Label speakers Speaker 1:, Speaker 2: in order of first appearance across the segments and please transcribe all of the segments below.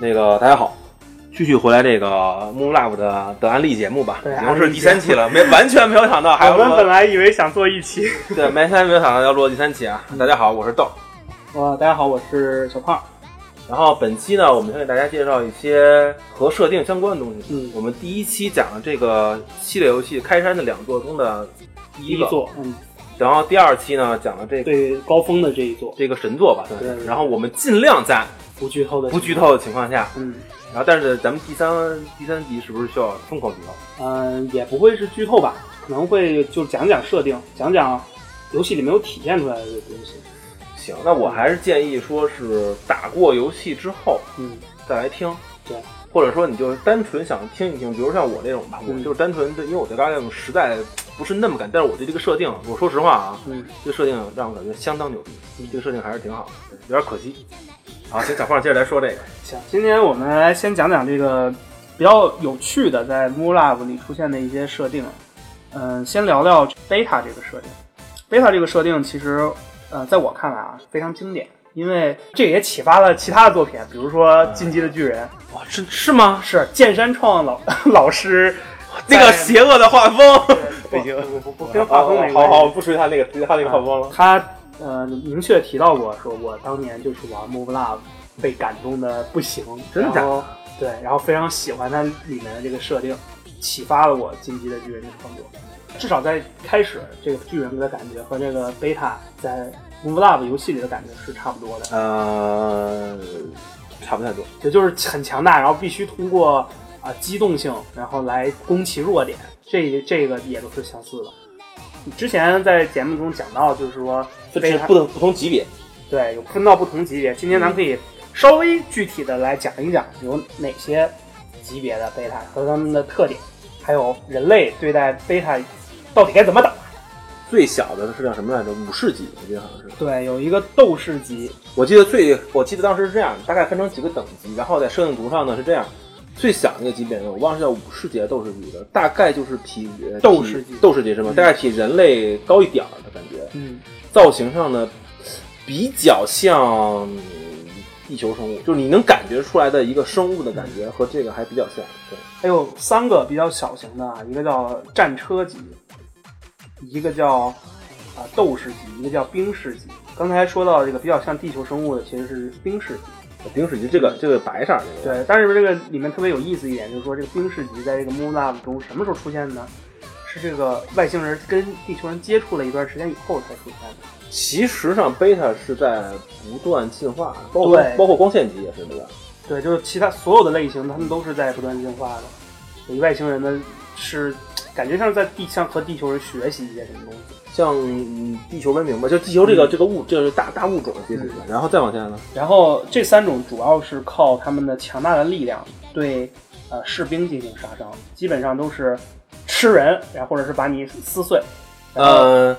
Speaker 1: 那个大家好，继续回来这个木 love 的的案例节目吧，
Speaker 2: 对
Speaker 1: 已经是第三期了，没 完全没有想到还
Speaker 2: 我
Speaker 1: 有
Speaker 2: 们本来以为想做一期。
Speaker 1: 对，完全没有想到要录第三期啊！
Speaker 2: 嗯
Speaker 1: 大家好，我是豆。
Speaker 2: 哇，呃大家好，我是小胖。
Speaker 1: 然后本期呢，我们先给大家介绍一些和设定相关的东西。
Speaker 2: 嗯
Speaker 1: 我们第一期讲了这个系列游戏《开山》的两座中的第
Speaker 2: 一
Speaker 1: 个，
Speaker 2: 座，嗯，
Speaker 1: 然后第二期呢讲了这个
Speaker 2: 对，高峰的这一座，
Speaker 1: 这个神作吧，算
Speaker 2: 对对
Speaker 1: 是。
Speaker 2: 对
Speaker 1: 然后我们尽量在
Speaker 2: 不剧透的，
Speaker 1: 不剧。透的情况下，
Speaker 2: 嗯
Speaker 1: 然后但是咱们第三第三集是不是需要疯狂剧透？
Speaker 2: 嗯、也不会是剧透吧，可能会就讲讲设定，讲讲游戏里没有体现出来的东西。
Speaker 1: 行，那我还是建议说是打过游戏之后
Speaker 2: 嗯，
Speaker 1: 再来听，
Speaker 2: 对，
Speaker 1: 或者说你就是单纯想听一听，比如像我这种吧，我
Speaker 2: 嗯
Speaker 1: 就是单纯对，因为我对 g a m 实在不是那么感，但是我对这个设定，我说实话啊，
Speaker 2: 嗯，
Speaker 1: 这个设定让我感觉相当牛逼，这个设定还是挺好的，有点可惜。好，行，小胖接着来说这个，
Speaker 2: 行，今天我们来先讲讲这个比较有趣的在 Moon Lab 里出现的一些设定。嗯、先聊聊 Beta 这个设定。Beta 这个设定其实，呃，在我看来啊，非常经典，因为这也启发了其他的作品，比如说《进击的巨人》
Speaker 1: 哇，是是吗？
Speaker 2: 是剑山创老 老师
Speaker 1: 那个邪恶的画风， 北京
Speaker 2: 不不不跟画风没关系。
Speaker 1: 好好，我不追他那个追他那个画风了。
Speaker 2: 他呃明确提到过，说我当年就是玩 Move Love 被感动的不行，
Speaker 1: 真的假的
Speaker 2: 然后对，然后非常喜欢它里面的这个设定，启发了我《进击的巨人》的创作。至少在开始，这个巨人的感觉和这个贝塔在 Move Love 游戏里的感觉是差不多的，
Speaker 1: 呃，差不太多。
Speaker 2: 也就是很强大，然后必须通过啊、机动性，然后来攻其弱点，这这个也都是相似的。之前在节目中讲到，就是说
Speaker 3: 就
Speaker 2: 贝
Speaker 3: 是
Speaker 2: 塔
Speaker 3: 不同不同级别，
Speaker 2: 对，有分到不同级别。今天咱们可以稍微具体的来讲一讲有哪些级别的贝塔和它们的特点，还有人类对待贝塔到底该怎么打。
Speaker 1: 最小的是叫什么来着？武士级，我记得好像是。
Speaker 2: 对，有一个斗士级，
Speaker 1: 我记得最，我记得当时是这样，大概分成几个等级，然后在设定图上呢是这样，最小那个级别呢，我忘了是叫武士级还是斗士级的，大概就是比呃
Speaker 2: 斗士级
Speaker 1: 比斗士级是吗？大概比人类高一点儿的感觉，
Speaker 2: 嗯，
Speaker 1: 造型上呢比较像嗯地球生物，就是你能感觉出来的一个生物的感觉和这个还比较像。对，
Speaker 2: 还有三个比较小型的啊，一个叫战车级，一个叫啊、斗士级，一个叫兵士级。刚才说到这个比较像地球生物的，其实是兵士级。
Speaker 1: 冰士级这个这个白色儿这个，
Speaker 2: 对，但是这个里面特别有意思一点，就是说这个冰士级在这个 Moon Lab 中什么时候出现呢？是这个外星人跟地球人接触了一段时间以后才出现的。
Speaker 1: 其实上贝塔是在不断进化，包括
Speaker 2: 对
Speaker 1: 包括光线级也是对吧？
Speaker 2: 对，就是其他所有的类型，他们都是在不断进化的。所以外星人呢，是感觉像是在地像和地球人学习一些什么东西。
Speaker 1: 像嗯地球文明吧，就地球这个、
Speaker 2: 嗯
Speaker 1: 这个物，这是大大物种接触的，然后再往下呢，
Speaker 2: 然后这三种主要是靠他们的强大的力量对呃士兵进行杀伤，基本上都是吃人，然后或者是把你撕碎。然后
Speaker 1: 呃，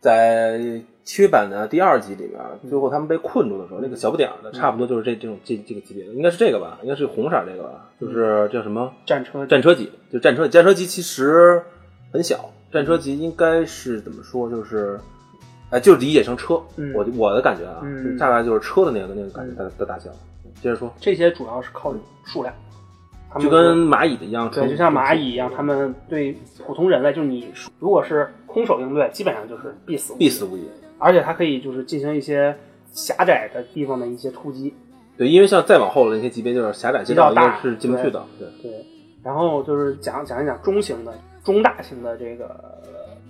Speaker 1: 在七月版的第二集里边，
Speaker 2: 嗯
Speaker 1: 最后他们被困住的时候，那个小不点儿的，差不多就是这这种这这个级别的，应该是这个吧，应该是红色儿这个吧，
Speaker 2: 嗯
Speaker 1: 就是叫什么
Speaker 2: 战车
Speaker 1: 战车级，就战车战车级其实很小，战
Speaker 2: 嗯
Speaker 1: 车级应该是怎么说，就是。哎，就理解成车，
Speaker 2: 嗯
Speaker 1: 我我的感觉啊，
Speaker 2: 嗯
Speaker 1: 大概就是车的那个那个感觉的的大小。接着说，
Speaker 2: 这些主要是靠数量，他们
Speaker 1: 就跟蚂蚁的一样，
Speaker 2: 对，就像蚂蚁一样，他们对普通人类，就是你如果是空手应对，基本上就是必死无疑
Speaker 1: 必死，无疑。
Speaker 2: 而且它可以就是进行一些狭窄的地方的一些突击，
Speaker 1: 对，因为像再往后的那些级别，就是狭窄街道应该是进不去的。对，
Speaker 2: 对。然后就是讲讲一讲中型的、中大型的这个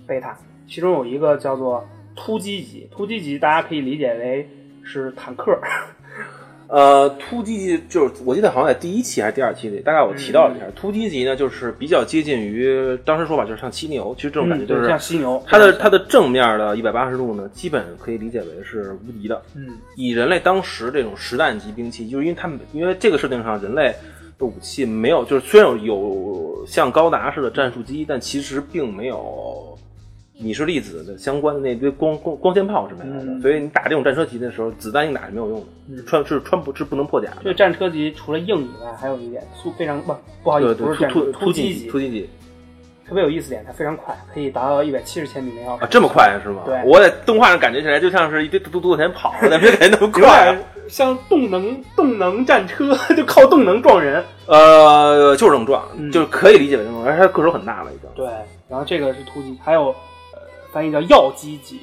Speaker 2: 贝塔，其中有一个叫做突击级，突击级大家可以理解为是坦克，
Speaker 1: 呃，突击级就是我记得好像在第一期还是第二期里，大概我提到了一下，
Speaker 2: 嗯
Speaker 1: 突击级呢就是比较接近于当时说法就是像犀牛，其实这种感觉
Speaker 2: 嗯，
Speaker 1: 就
Speaker 2: 对，
Speaker 1: 是
Speaker 2: 像犀牛，
Speaker 1: 它的它的正面的一百八十度呢，基本可以理解为是无敌的。
Speaker 2: 嗯
Speaker 1: 以人类当时这种实弹级兵器，就是因为他们因为这个设定上人类。的武器没有，就是虽然有有像高达似的战术机，但其实并没有你是粒子的相关的那堆光光光线炮是没有的，
Speaker 2: 嗯
Speaker 1: 所以你打这种战车级的时候，子弹硬打是没有用的，
Speaker 2: 嗯
Speaker 1: 穿是穿不是不能破甲
Speaker 2: 这
Speaker 1: 的。
Speaker 2: 战车级除了硬以外，还有一点速非常不不好意思，
Speaker 1: 对
Speaker 2: 不
Speaker 1: 对，
Speaker 2: 是战
Speaker 1: 突
Speaker 2: 车
Speaker 1: 突
Speaker 2: 击
Speaker 1: 击突击级
Speaker 2: 特别有意思点，它非常快，可以达到一百七十千米每小时
Speaker 1: 啊，这么快是吗？
Speaker 2: 对
Speaker 1: 我在动画上感觉起来就像是一堆嘟嘟嘟往前跑，但没感觉那么
Speaker 2: 有
Speaker 1: 快
Speaker 2: 点
Speaker 1: 啊。
Speaker 2: 像动能动能战车， 就靠动能撞人。
Speaker 1: 呃，就是这么撞，
Speaker 2: 嗯
Speaker 1: 就是可以理解为这么撞，而且它个头很大了已经。
Speaker 2: 对，然后这个是突击，还有呃，翻译叫药鸡级，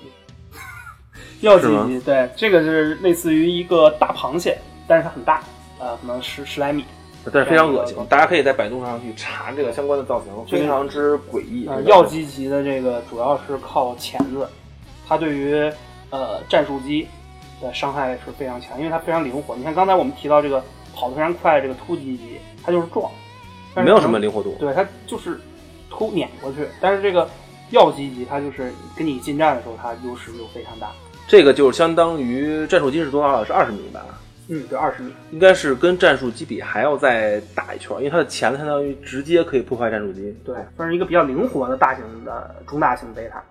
Speaker 2: 药鸡
Speaker 1: 是吗
Speaker 2: 级，对，这个是类似于一个大螃蟹，但是它很大，呃，可能十十来米，
Speaker 1: 但是非常恶心，大家可以在百度上去查这个相关的造型，
Speaker 2: 对
Speaker 1: 非常之诡异
Speaker 2: 呃，。
Speaker 1: 这个
Speaker 2: 药鸡级的这个主要是靠钳子，它对于呃战术机的伤害是非常强，因为它非常灵活。你看刚才我们提到这个跑得非常快，这个突击机，它就是撞，但
Speaker 1: 没
Speaker 2: 是
Speaker 1: 有
Speaker 2: 可
Speaker 1: 什
Speaker 2: 能
Speaker 1: 么灵活度，
Speaker 2: 对，它就是突碾过去。但是这个药鸡级，它就是跟你近战的时候，它优势就非常大。
Speaker 1: 这个就是相当于战术机是多少？是二十米吧？
Speaker 2: 嗯，对，二十米。
Speaker 1: 应该是跟战术机比还要再大一圈，因为它的钳子相当于直接可以破坏战术机。
Speaker 2: 对，算是一个比较灵活的大型的中大型贝塔。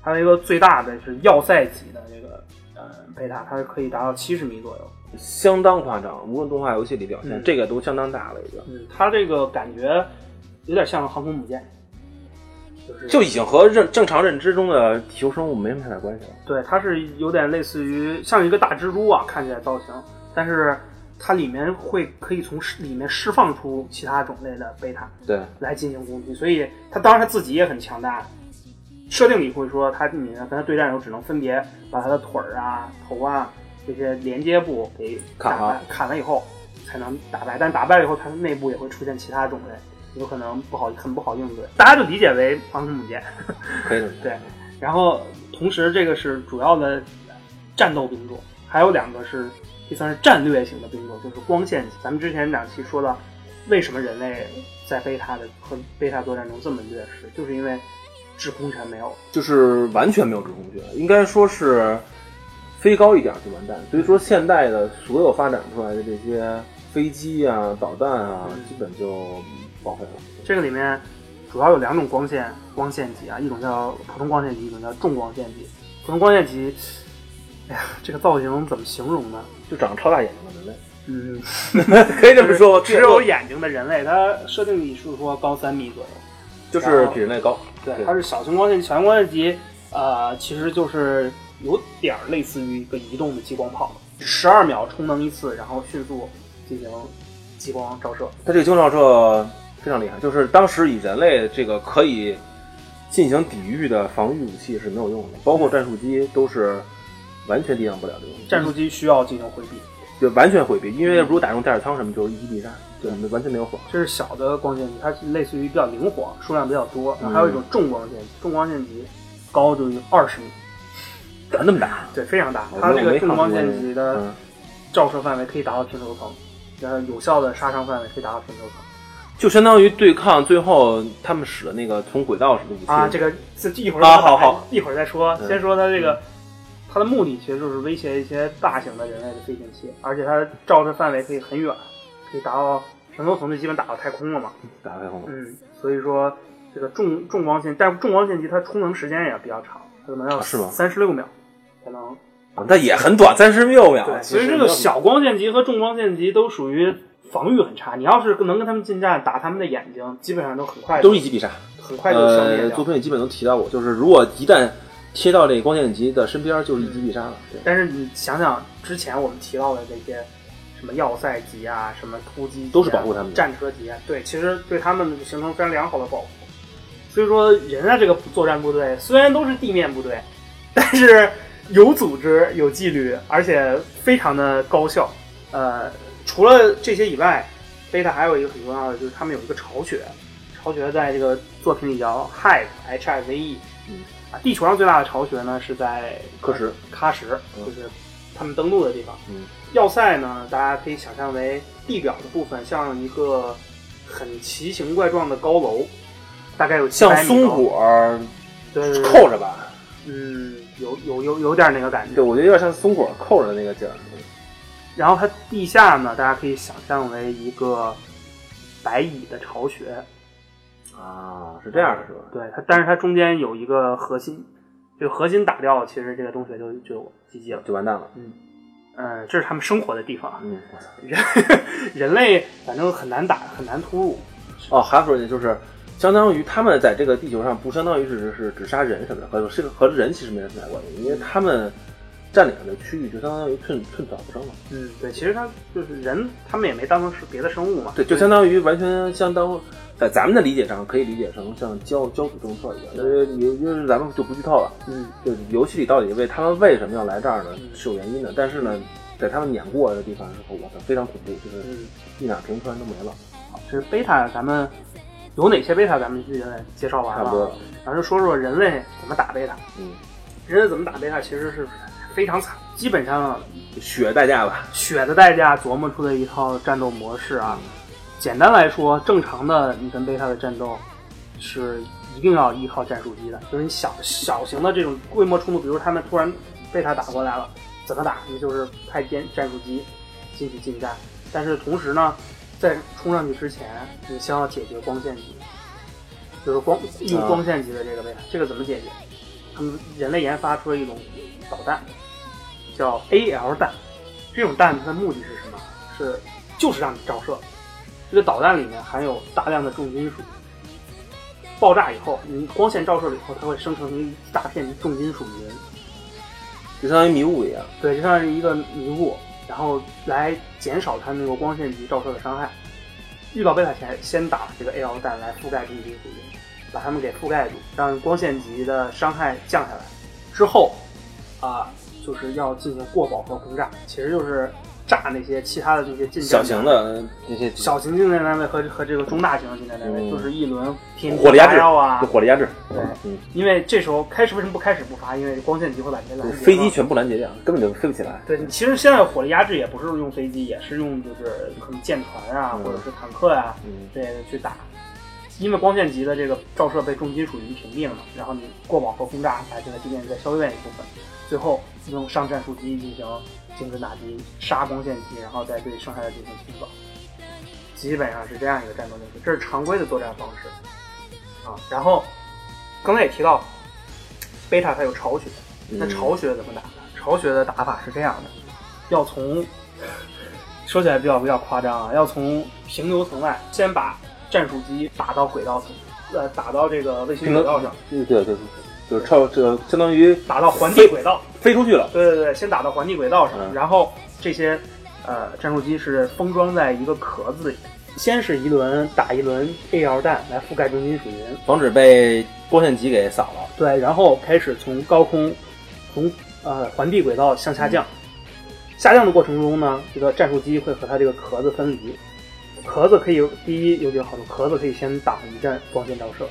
Speaker 2: 还有一个最大的是要塞级的这个呃贝塔，它是可以达到七十米左右。
Speaker 1: 相当夸张，无论动画游戏里表现，
Speaker 2: 嗯
Speaker 1: 这个都相当大了已经，
Speaker 2: 嗯，它这个感觉有点像航空母舰，就是
Speaker 1: 就已经和认正常认知中的地球生物没什么太大关系了。
Speaker 2: 对，它是有点类似于像一个大蜘蛛啊，看起来造型，但是它里面会可以从释里面释放出其他种类的贝塔
Speaker 1: 对，
Speaker 2: 来进行攻击，所以它当然它自己也很强大。设定里会说，它你跟它对战的时候只能分别把它的腿儿啊、头啊这些连接部给
Speaker 1: 砍
Speaker 2: 打败
Speaker 1: 了，
Speaker 2: 砍了以后才能打败，但打败了以后，它内部也会出现其他种类，有可能不好很不好应对，大家就理解为航空母舰。
Speaker 1: 可以这么说。
Speaker 2: 对然后同时这个是主要的战斗兵种，还有两个是也算是战略型的兵种，就是光线型。咱们之前两期说到，为什么人类在贝塔的和贝塔作战中这么劣势，就是因为制空权没有。
Speaker 1: 就是完全没有制空权，应该说是飞高一点就完蛋。所以说，现代的所有发展出来的这些飞机啊、导弹啊，
Speaker 2: 嗯
Speaker 1: 基本就报废了。
Speaker 2: 这个里面主要有两种光线光线级啊，一种叫普通光线级，一种叫重光线级。普通光线级，哎呀，这个造型怎么形容呢？
Speaker 1: 就长超大眼睛的人类，
Speaker 2: 嗯，
Speaker 1: 可以这么说，
Speaker 2: 只有眼睛的人类，它设定里是说高三米左右。
Speaker 1: 就是比人类高。
Speaker 2: 对，
Speaker 1: 对
Speaker 2: 它是小型光线、小型光线级，呃，其实就是有点儿类似于一个移动的激光炮，十二秒充能一次，然后迅速进行激光照射。
Speaker 1: 它这个精照射非常厉害，就是当时以人类这个可以进行抵御的防御武器是没有用的，包括战术机都是完全抵挡不了这种
Speaker 2: 战术机需要进行回避，
Speaker 1: 就完全回避，因为如果打中驾驶舱什么，就是一击必杀，就完全没有火。
Speaker 2: 这是小的光线级，它是类似于比较灵活，数量比较多。
Speaker 1: 嗯
Speaker 2: 然后还有一种重光线，重光线级高就有二十米，
Speaker 1: 敢那么大？
Speaker 2: 对，非常大。
Speaker 1: 我
Speaker 2: 它这
Speaker 1: 我
Speaker 2: 个
Speaker 1: 没
Speaker 2: 重
Speaker 1: 看
Speaker 2: 光
Speaker 1: 过
Speaker 2: 线
Speaker 1: 那个
Speaker 2: 级的
Speaker 1: 嗯
Speaker 2: 照射范围可以达到平流层，然后有效的杀伤范围可以达到平流层。
Speaker 1: 就相当于对抗最后他们使的那个从轨道使的武器
Speaker 2: 啊，这个这一会儿
Speaker 1: 啊
Speaker 2: 再
Speaker 1: 好好，
Speaker 2: 一会儿再说。
Speaker 1: 嗯
Speaker 2: 先说它这个，它的目的其实就是威胁一些大型的人类的飞行器，而且它照射范围可以很远，可以达到平流层，就基本打到太空了嘛。
Speaker 1: 打开后面，
Speaker 2: 嗯，所以说这个重重光线，但是重光线机它充能时间也比较长，它可能要
Speaker 1: 啊是吗
Speaker 2: 三十六秒才能。
Speaker 1: 啊但也很短，三十六秒。
Speaker 2: 对，
Speaker 1: 其
Speaker 2: 所
Speaker 1: 实
Speaker 2: 以这
Speaker 1: 没
Speaker 2: 个
Speaker 1: 有
Speaker 2: 小光线机和重光线机都属于防御很差。你要是能跟他们近战，打他们的眼睛，基本上都很快
Speaker 1: 都是一击必杀。
Speaker 2: 很快就消灭
Speaker 1: 呃，作
Speaker 2: 掉。
Speaker 1: 品里基本都提到过，就是如果一旦贴到这个光电机的身边，就是一击必杀了。对，
Speaker 2: 但是你想想之前我们提到的这些，什么要塞级啊，什么突击、啊、
Speaker 1: 都是保护他们的
Speaker 2: 战车级啊，对，其实对他们形成非常良好的保护。所以说，人家这个作战部队虽然都是地面部队，但是有组织、有纪律，而且非常的高效。呃，除了这些以外，贝塔还有一个很重要的就是他们有一个巢穴，巢穴在这个作品里叫 Hive，H I V E。
Speaker 1: 嗯
Speaker 2: 啊，地球上最大的巢穴呢是在呃
Speaker 1: 科什，
Speaker 2: 喀什
Speaker 1: 嗯
Speaker 2: 就是他们登陆的地方。
Speaker 1: 嗯，
Speaker 2: 要塞呢，大家可以想象为地表的部分，像一个很奇形怪状的高楼，大概有
Speaker 1: 像
Speaker 2: 700米
Speaker 1: 松
Speaker 2: 高，
Speaker 1: 果儿
Speaker 2: 对对对
Speaker 1: 扣着吧。
Speaker 2: 嗯，有有有有点那个感
Speaker 1: 对，
Speaker 2: 觉。
Speaker 1: 我觉得有点像松果儿扣着的那个劲儿。
Speaker 2: 然后它地下呢，大家可以想象为一个白蚁的巢穴，
Speaker 1: 啊，是这样的，是吧？
Speaker 2: 对它，但是它中间有一个核心，这个核心打掉了，其实这个洞穴就就 GG 了。
Speaker 1: 就完蛋了。
Speaker 2: 嗯，这是他们生活的地方啊，
Speaker 1: 嗯，我操。
Speaker 2: 人人类反正很难打，很难突入。
Speaker 1: 哦，还有说呢，就是相当于他们在这个
Speaker 2: 嗯
Speaker 1: 地球上不相当于是是是只杀人什么的，和是和人其实没什么太大关系，因为他们占领的区域就相当于寸寸草不生了。
Speaker 2: 嗯，对，其实它就是人，他们也没当成是别的生物嘛。
Speaker 1: 对，就相当于完全相当，在咱们的理解上可以理解成像胶胶土政策一样，因为因为咱们就不剧透了。
Speaker 2: 嗯，
Speaker 1: 就是游戏里到底为他们为什么要来这儿呢？
Speaker 2: 嗯
Speaker 1: 是有原因的，但是呢，在他们碾过的地方之后，我操，非常恐怖，就是
Speaker 2: 嗯，啊
Speaker 1: 一两瓶突然都没了，
Speaker 2: 好，这贝塔咱们有哪些贝塔，咱们也介绍完
Speaker 1: 差不多
Speaker 2: 了啊
Speaker 1: 了。。
Speaker 2: 咱就说说人类怎么打贝塔。
Speaker 1: 嗯，
Speaker 2: 人类怎么打贝塔其实是非常惨，基本上
Speaker 1: 血代价吧。
Speaker 2: 血的代价琢磨出的一套战斗模式啊。简单来说，正常的你跟贝塔的战斗是一定要依靠战术机的，就是你小小型的这种规模冲突，比如他们突然贝塔打过来了，怎么打？你就是派战战术机进去近战，但是同时呢，在冲上去之前，你先要解决光线级，就是光用光线级的这个贝塔，这个怎么解决？他们人类研发出了一种导弹，叫 AL 弹。这种弹它的目的是什么？是就是让你照射。这个导弹里面含有大量的重金属，爆炸以后，你光线照射了以后，它会生成一大片重金属云，
Speaker 1: 就相当于迷雾一样。
Speaker 2: 对，就像是一个迷雾，然后来减少它那个光线级照射的伤害。遇到贝塔前，先打这个 AL 弹来覆盖重金属云，把它们给覆盖住，让光线级的伤害降下来。之后，啊、就是要进行过饱和轰炸，其实就是炸那些其他的这些近战
Speaker 1: 小型的那些
Speaker 2: 嗯小型竞赛单位和和这个中大型的竞赛单位，
Speaker 1: 嗯
Speaker 2: 就是一轮拼
Speaker 1: 火力压制
Speaker 2: 炸药啊，
Speaker 1: 火力压制，
Speaker 2: 对，
Speaker 1: 嗯，
Speaker 2: 因为这时候开始为什么不开始不发？因为光线机会把这些拦截了
Speaker 1: 飞机全部拦截掉，根本就飞不起来。
Speaker 2: 对，其实现在火力压制也不是用飞机，也是用就是可能舰船啊，
Speaker 1: 嗯
Speaker 2: 或者是坦克啊
Speaker 1: 嗯，
Speaker 2: 这类的去打，因为光线级的这个照射被重金属云屏蔽了嘛，然后你过饱和轰炸把这个地面再消灭一部分，最后用上战术机进行精准打击，杀光线级，然后再对剩下的进行拼保，基本上是这样一个战斗模式，这是常规的作战方式啊。然后刚才也提到，贝塔它有巢穴，那
Speaker 1: 嗯
Speaker 2: 巢穴怎么打呢？巢穴的打法是这样的，要从说起来比较比较夸张啊，要从平流层外先把战术机打到轨道层，呃，打到这个卫星轨道上，
Speaker 1: 对对对，就是超这个相当于
Speaker 2: 打到环地轨道。
Speaker 1: 飞出去了。
Speaker 2: 对对对，先打到环地轨道上，
Speaker 1: 嗯
Speaker 2: 然后这些呃战术机是封装在一个壳子里。先是一轮打一轮 AL 弹来覆盖重金属云，
Speaker 1: 防止被光线级给扫了。
Speaker 2: 对，然后开始从高空，从呃环地轨道向下降。下降的过程中呢，这个战术机会和它这个壳子分离。壳子可以第一有几个好处，壳子可以先挡一阵光线照射，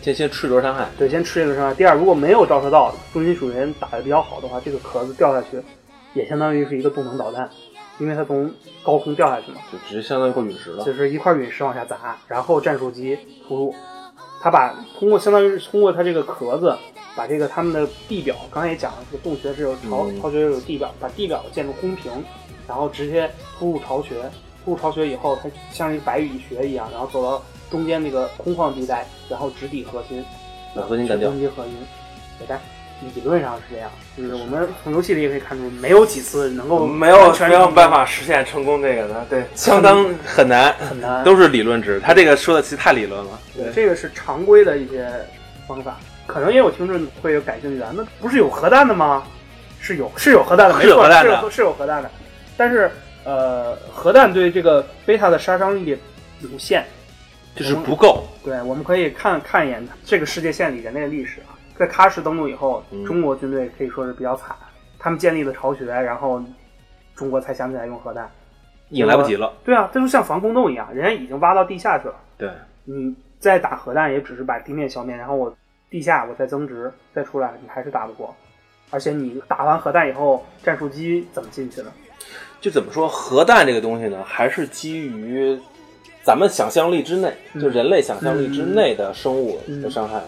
Speaker 1: 这些赤轮伤害，
Speaker 2: 对，先吃这个伤害。第二，如果没有照射到重金属人打的比较好的话，这个壳子掉下去也相当于是一个动能导弹，因为它从高空掉下去嘛，
Speaker 1: 就直接相当于过陨石了
Speaker 2: 就。是一块陨石往下砸，然后战术机突入，它把通过相当于是通过它这个壳子，把这个他们的地表，刚才也讲了，这个洞穴是有巢
Speaker 1: 嗯
Speaker 2: 巢穴有地表，把地表建筑轰平，然后直接突入巢穴，突入巢穴以后，它像一个白蚁穴一样，然后走到中间那个空旷地带，然后直抵核心，
Speaker 1: 把核心干掉嗯
Speaker 2: 直击核心，对，但理论上是这样，就是我们从游戏里也可以看出，没有几次能够
Speaker 1: 没有
Speaker 2: 完全
Speaker 1: 没有
Speaker 2: 成功
Speaker 1: 办法实现成功这个的，对，相当很难，
Speaker 2: 很难，
Speaker 1: 都是理论值。他这个说的其实太理论了。
Speaker 2: 对，这个是常规的一些方法。可能也有听众会有感兴趣的，那不是有核弹的吗？是有，是有核弹的，没
Speaker 1: 是有
Speaker 2: 错，
Speaker 1: 核弹
Speaker 2: 是
Speaker 1: 的
Speaker 2: 有是有核弹的。但是，呃，核弹对这个贝塔的杀伤力有限。
Speaker 1: 就是不够。
Speaker 2: 对，我们可以看看一眼这个世界线里人类的历史啊。在喀什登陆以后
Speaker 1: 嗯，
Speaker 2: 中国军队可以说是比较惨，他们建立了巢穴，然后中国才想起来用核弹。
Speaker 1: 已经来不及了。
Speaker 2: 对啊，这就像防空洞一样，人家已经挖到地下去了。
Speaker 1: 对，
Speaker 2: 你再打核弹也只是把地面消灭，然后我地下我再增值再出来，你还是打不过。而且你打完核弹以后，战术机怎么进去的？
Speaker 1: 就怎么说，核弹这个东西呢，还是基于咱们想象力之内，
Speaker 2: 嗯
Speaker 1: 就人类想象力之内的生物的伤害。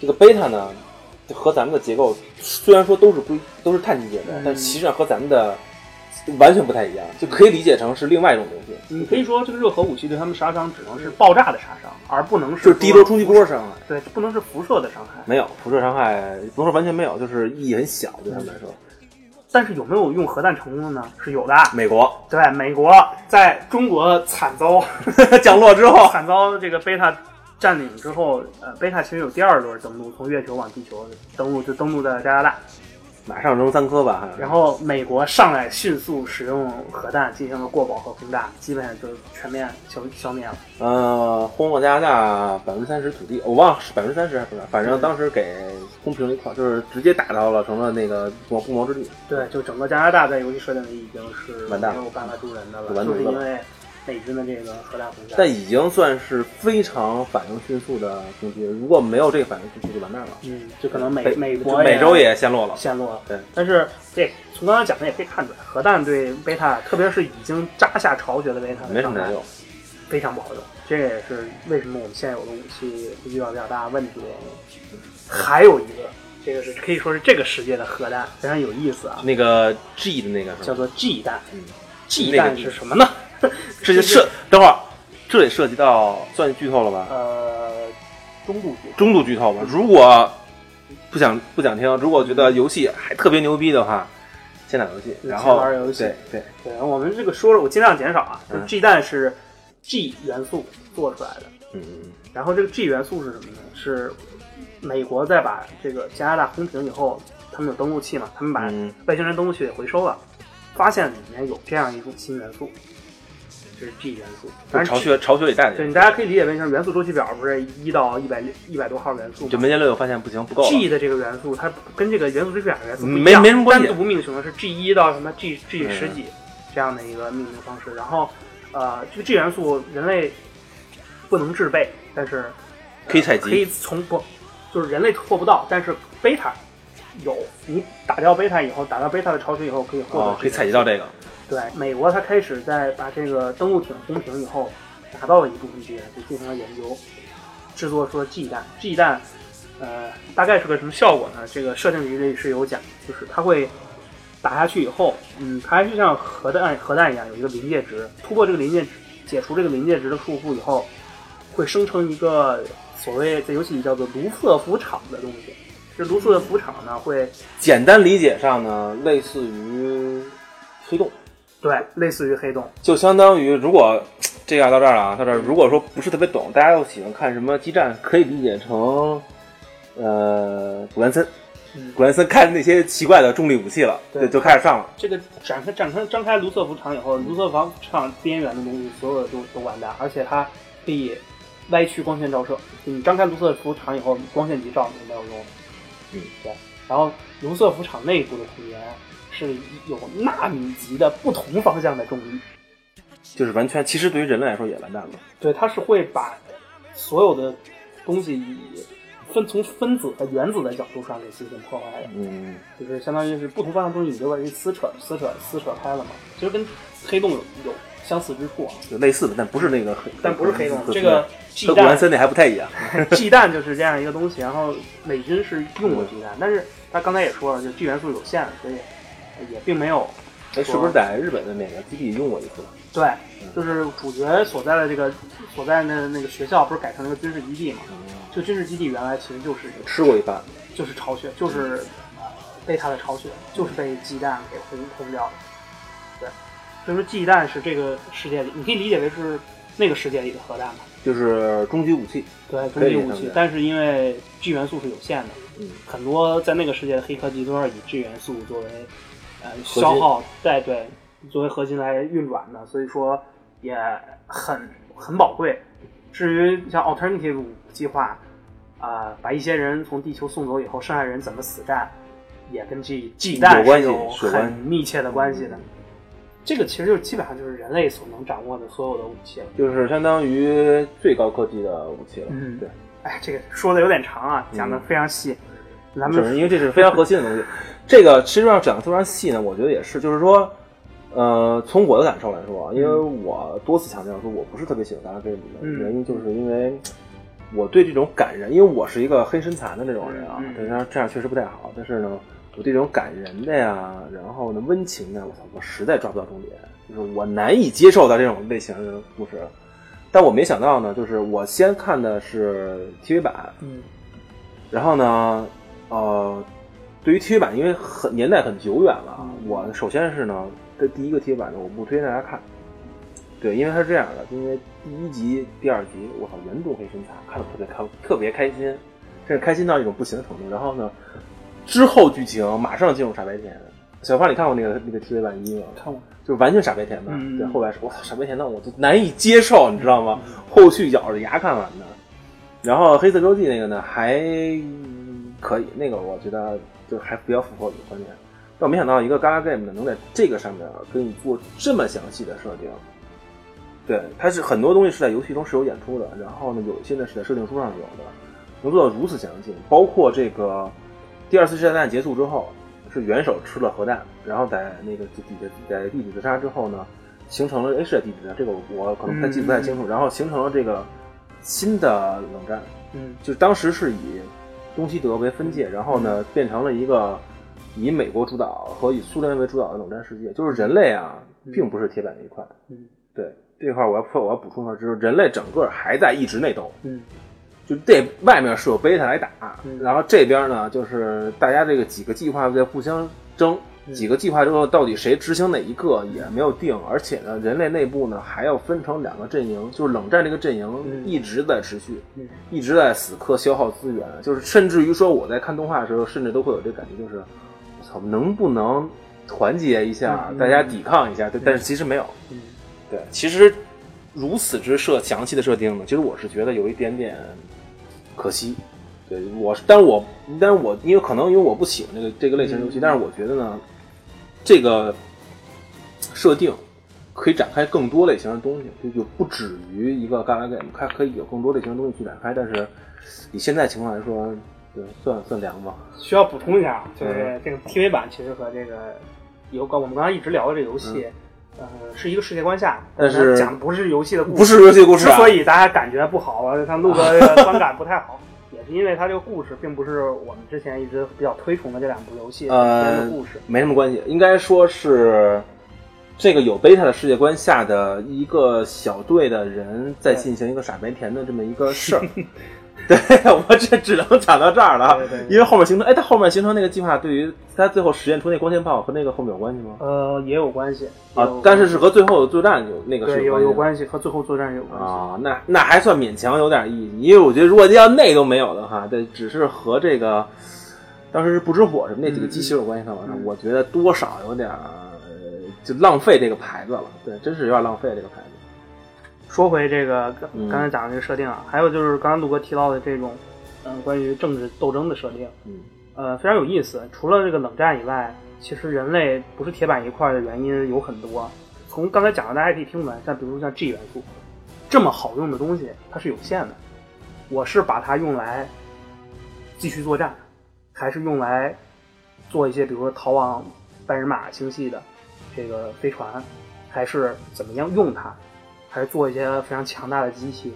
Speaker 1: 这个贝塔呢，就和咱们的结构虽然说都是不都是碳基结构，
Speaker 2: 嗯
Speaker 1: 但其实上和咱们的完全不太一样，就可以理解成是另外一种东西。
Speaker 2: 你可以说这个热核武器对他们杀伤只能是爆炸的杀伤，而不能
Speaker 1: 就是是低波冲击波伤害
Speaker 2: 对，不能是辐射的伤害。
Speaker 1: 没有，辐射伤害不能说完全没有，就是意义很小对他们来说。
Speaker 2: 但是有没有用核弹成功的呢？是有的。
Speaker 1: 美国
Speaker 2: 对，美国在中国惨 遭
Speaker 1: 降落之后，
Speaker 2: 惨遭这个贝塔占领之后，呃，贝塔其实有第二轮登陆，从月球往地球登陆，就登陆在加拿大。
Speaker 1: 马上扔三颗吧，
Speaker 2: 然后美国上来迅速使用核弹进行了过饱和轰炸，基本上就全面消消灭了。
Speaker 1: 呃，轰了加拿大百分之三十土地，我忘了是百分之三十还是多少，反正当时给轰平了一块，就是直接打到了成了那个不不毛之地。
Speaker 2: 对，就整个加拿大在游戏设定里已经是
Speaker 1: 完
Speaker 2: 没
Speaker 1: 蛋了
Speaker 2: 有办法住人的
Speaker 1: 完犊子了
Speaker 2: 就是因为美军的这个核弹轰炸。
Speaker 1: 但已经算是非常反应迅速的攻击，如果没有这个反应迅速就完蛋了。
Speaker 2: 嗯，就可能美
Speaker 1: 北
Speaker 2: 美国
Speaker 1: 美洲也陷落了。
Speaker 2: 陷落了。
Speaker 1: 对，
Speaker 2: 但是这从刚才讲的也可以看出来，核弹对贝塔，特别是已经扎下巢穴的贝塔，
Speaker 1: 没什么难用，
Speaker 2: 非常不好用。这也是为什么我们现有的武器遇到比较大问题的原因。还有一个，这个是可以说是这个世界的核弹，非常有意思啊，
Speaker 1: 那个 G 的那个是
Speaker 2: 叫
Speaker 1: 吧？
Speaker 2: 做 G 弹。
Speaker 1: 嗯，
Speaker 2: G
Speaker 1: 那个
Speaker 2: 弹是什么呢？
Speaker 1: 这就涉等会儿，这也涉及到算剧透了吧？
Speaker 2: 呃中度局。
Speaker 1: 中度剧透吧。如果不想不想听，如果觉得游戏还特别牛逼的话，先打游戏，
Speaker 2: 嗯
Speaker 1: 然后
Speaker 2: 先玩游戏
Speaker 1: 对对，
Speaker 2: 对，我们这个说了，我尽量减少啊。就是
Speaker 1: 嗯
Speaker 2: G 弹是 G 元素做出来的，
Speaker 1: 嗯嗯
Speaker 2: 然后这个 G 元素是什么呢？是美国在把这个加拿大轰平以后，他们有登陆器嘛，他们把
Speaker 1: 嗯
Speaker 2: 外星人登陆器给回收了，发现里面有这样一种新元素，这是 G 元素。
Speaker 1: 嗯，
Speaker 2: 但是
Speaker 1: 巢穴巢穴里带
Speaker 2: 对
Speaker 1: 的，
Speaker 2: 你大家可以理解为像元素周期表，不是一到一百一百多号元素
Speaker 1: 就
Speaker 2: 吗
Speaker 1: 门捷六又发现不行，不够了，
Speaker 2: ？G 的这个元素，它跟这个元素周期表的元素不一
Speaker 1: 没
Speaker 2: 样，
Speaker 1: 没什么关
Speaker 2: 单
Speaker 1: 系。
Speaker 2: 独命名的是 G 一到什么 G G
Speaker 1: 嗯
Speaker 2: 十几这样的一个命名方式。然后，呃，这个 G 元素人类不能制备，但是
Speaker 1: 可以采
Speaker 2: 可以
Speaker 1: 集，
Speaker 2: 从不就是人类获不到，但是贝塔有，你打掉贝塔以后，打掉贝塔的巢穴以后可以获得、
Speaker 1: 哦，可以采集。到这个，
Speaker 2: 对，美国它开始在把这个登陆艇轰平以后，拿到了一部分 G 弹，就进行了研究，制作出了 G 弹。G 弹，呃，大概是个什么效果呢？这个设定里里是有讲，就是它会打下去以后，嗯，它还是像核弹核弹一样有一个临界值，突破这个临界值，解除这个临界值的束缚以后，会生成一个所谓在游戏里叫做卢瑟福场的东西。这卢瑟福场呢，会
Speaker 1: 简单理解上呢，类似于黑洞，
Speaker 2: 对类似于黑洞，
Speaker 1: 就相当于如果这样到这儿了啊，到这儿如果说不是特别懂，大家又喜欢看什么激战，可以理解成呃古兰森
Speaker 2: 嗯。
Speaker 1: 古兰森看那些奇怪的重力武器了，
Speaker 2: 对
Speaker 1: 对，就开始上了。
Speaker 2: 这个展开展开张开卢瑟福场以后，卢瑟福场边缘的东西所有的都都完蛋，而且它可以歪曲光线照射。就你张开卢瑟福场以后，光线极照你就没有用。
Speaker 1: 嗯，
Speaker 2: 对。然后卢瑟福场内部的空间是有纳米级的不同方向的重力，
Speaker 1: 就是完全，其实对于人类来说也完蛋了。
Speaker 2: 对，它是会把所有的东西以分从分子和原子的角度上给进行破坏的。
Speaker 1: 嗯，
Speaker 2: 就是相当于是不同方向东西，你就把这撕扯、撕扯、撕扯开了嘛。其实跟黑洞有有相似之处啊，
Speaker 1: 就类似的，但不是那个黑，
Speaker 2: 但不是黑洞。
Speaker 1: 和
Speaker 2: 这个
Speaker 1: 和
Speaker 2: 鸡
Speaker 1: 古兰
Speaker 2: 蛋，
Speaker 1: 森那还不太一样。
Speaker 2: 鸡蛋就是这样一个东西。然后美军是用过鸡蛋，但是他刚才也说了，就 G 元素有限，所以也并没有
Speaker 1: 哎，是不是在日本的哪个基地用过一次？
Speaker 2: 对。就是主角所在的这个所在的那个学校，不是改成了一个军事基地嘛？这个军事基地原来其实就是一个
Speaker 1: 吃过一番，
Speaker 2: 就是巢穴，就是被他的巢穴，就是被鸡蛋给轰轰掉了。对，所以说鸡蛋是这个世界里，你可以理解为是那个世界里的核弹吧？
Speaker 1: 就是终极武器。
Speaker 2: 对，
Speaker 1: 可
Speaker 2: 终
Speaker 1: 以理
Speaker 2: 极
Speaker 1: 解
Speaker 2: 武器。但是因为 G 元素是有限的，
Speaker 1: 嗯
Speaker 2: 很多在那个世界的黑科技都是以 G 元素作为呃
Speaker 1: 心
Speaker 2: 消耗，对对，作为核心来运转的，所以说也很很宝贵。至于像 alternative 计划，啊、把一些人从地球送走以后，剩下人怎么死战，也跟 G G 弹
Speaker 1: 有关
Speaker 2: 是
Speaker 1: 系嗯
Speaker 2: 有
Speaker 1: 有关
Speaker 2: 很密切的关系的。这个其实就基本上就是人类所能掌握的所有的武器了。
Speaker 1: 就是相当于最高科技的武器了。
Speaker 2: 嗯
Speaker 1: 对，
Speaker 2: 哎，这个说的有点长啊，讲的
Speaker 1: 嗯
Speaker 2: 非常细。咱
Speaker 1: 就是
Speaker 2: 们
Speaker 1: 因为这是非常核心的东西。这个其实要讲的非常细呢，我觉得也是，就是说，呃，从我的感受来说啊，因为我多次强调说我不是特别喜欢达拉菲里的
Speaker 2: 嗯
Speaker 1: 原因，就是因为我对这种感人，因为我是一个黑身残的那种人啊
Speaker 2: 嗯嗯，
Speaker 1: 对，当然这样确实不太好，但是呢。我对这种感人的呀，然后呢温情的，我操，我实在抓不到重点，就是我难以接受的这种类型的故事。但我没想到呢，就是我先看的是 TV 版，
Speaker 2: 嗯
Speaker 1: 然后呢，呃，对于 TV 版，因为很年代很久远了啊，
Speaker 2: 嗯
Speaker 1: 我首先是呢，这第一个 TV 版呢，我不推荐大家看，对，因为它是这样的，因为第一集、第二集，我靠，严重黑身材，看的特别开，特别开心，甚至开心到一种不行的程度。然后呢，之后剧情马上进入傻白甜。小胖，你看过那个那个 TV 版一吗？
Speaker 2: 看过，
Speaker 1: 就完全傻白甜的。
Speaker 2: 嗯
Speaker 1: 对，后来说，我操，傻白甜的我都难以接受，你知道吗？后续咬着牙看完的。然后黑色周记那个呢，还可以，那个我觉得就还比较符合我的观点。但我没想到一个 Gala Game 呢，能在这个上面给你做这么详细的设定。对，它是很多东西是在游戏中是有演出的，然后呢，有一些呢是在设定书上有的，能做到如此详细，包括这个第二次世界大战结束之后，是元首吃了核弹，然后在那个底下在地底自杀之后呢，形成了 H 在地底下，这个我可能不太记不太清楚，然后形成了这个新的冷战，
Speaker 2: 嗯
Speaker 1: 就是当时是以东西德为分界，然后
Speaker 2: 嗯
Speaker 1: 呢变成了一个以美国主导和以苏联为主导的冷战世界。就是人类啊，并不是铁板一块。
Speaker 2: 嗯，
Speaker 1: 对这块儿我要我要补充一下，就是人类整个还在一直内斗，
Speaker 2: 嗯
Speaker 1: 就这外面是有贝塔来打，
Speaker 2: 嗯
Speaker 1: 然后这边呢就是大家这个几个计划在互相争。
Speaker 2: 嗯
Speaker 1: 几个计划之后，到底谁执行哪一个也没有定，而且呢，人类内部呢还要分成两个阵营，就是冷战这个阵营
Speaker 2: 嗯
Speaker 1: 一直在持续，
Speaker 2: 嗯
Speaker 1: 一直在死磕消耗资源，就是甚至于说我在看动画的时候，甚至都会有这感觉，就是我操，能不能团结一下，
Speaker 2: 嗯
Speaker 1: 大家抵抗一下？对，但是其实没有。
Speaker 2: 嗯，
Speaker 1: 对，其实如此之设详细的设定呢，其实我是觉得有一点点可惜。对我是，但是我但是我因为可能因为我不喜欢这个这个类型的游戏，
Speaker 2: 嗯
Speaker 1: 但是我觉得呢，这个设定可以展开更多类型的东西，就就不止于一个 Gala Game，它可以有更多类型的东西去展开。但是以现在情况来说，对，算算凉吧。
Speaker 2: 需要补充一下啊，就是这个 TV 版其实和这个游我们刚刚一直聊的这个游戏，呃，是一个世界观下，
Speaker 1: 嗯但是
Speaker 2: 讲的不是游戏的故事，
Speaker 1: 不是游戏故事
Speaker 2: 之
Speaker 1: 啊，
Speaker 2: 所以大家感觉不好啊，他录的这个观感不太好，也是因为他这个故事并不是我们之前一直比较推崇的这两部游戏之间
Speaker 1: 呃
Speaker 2: 的故事。
Speaker 1: 没什么关系，应该说是这个有贝塔的世界观下的一个小队的人在进行一个傻白甜的这么一个事 儿。对我这只能讲到这儿了啊，
Speaker 2: 对对对
Speaker 1: 因为后面形成，哎，它后面形成那个计划，对于它最后实验出那光线炮和那个后面有关系吗？
Speaker 2: 呃，也有关系
Speaker 1: 啊，但是是和最后的作战有那个是
Speaker 2: 对有有
Speaker 1: 关系
Speaker 2: 关系，和最后作战有
Speaker 1: 的
Speaker 2: 关系。
Speaker 1: 啊，那那还算勉强有点意义，因为我觉得如果要那都没有的话，对，只是和这个当时是不知火什么那几个机器有关系的话，
Speaker 2: 嗯嗯
Speaker 1: 我觉得多少有点儿呃就浪费这个牌子了，对，真是有点浪费这个牌子。
Speaker 2: 说回这个
Speaker 1: 嗯
Speaker 2: 刚刚才讲的这个设定啊，还有就是刚刚陆哥提到的这种，嗯、关于政治斗争的设定，
Speaker 1: 嗯，
Speaker 2: 呃，非常有意思。除了这个冷战以外，其实人类不是铁板一块的原因有很多。从刚才讲的，大家可以听出来，像比如说像 G 元素，这么好用的东西，它是有限的。我是把它用来继续作战，还是用来做一些比如说逃往半人马星系的这个飞船，还是怎么样用它，还是做一些非常强大的机器，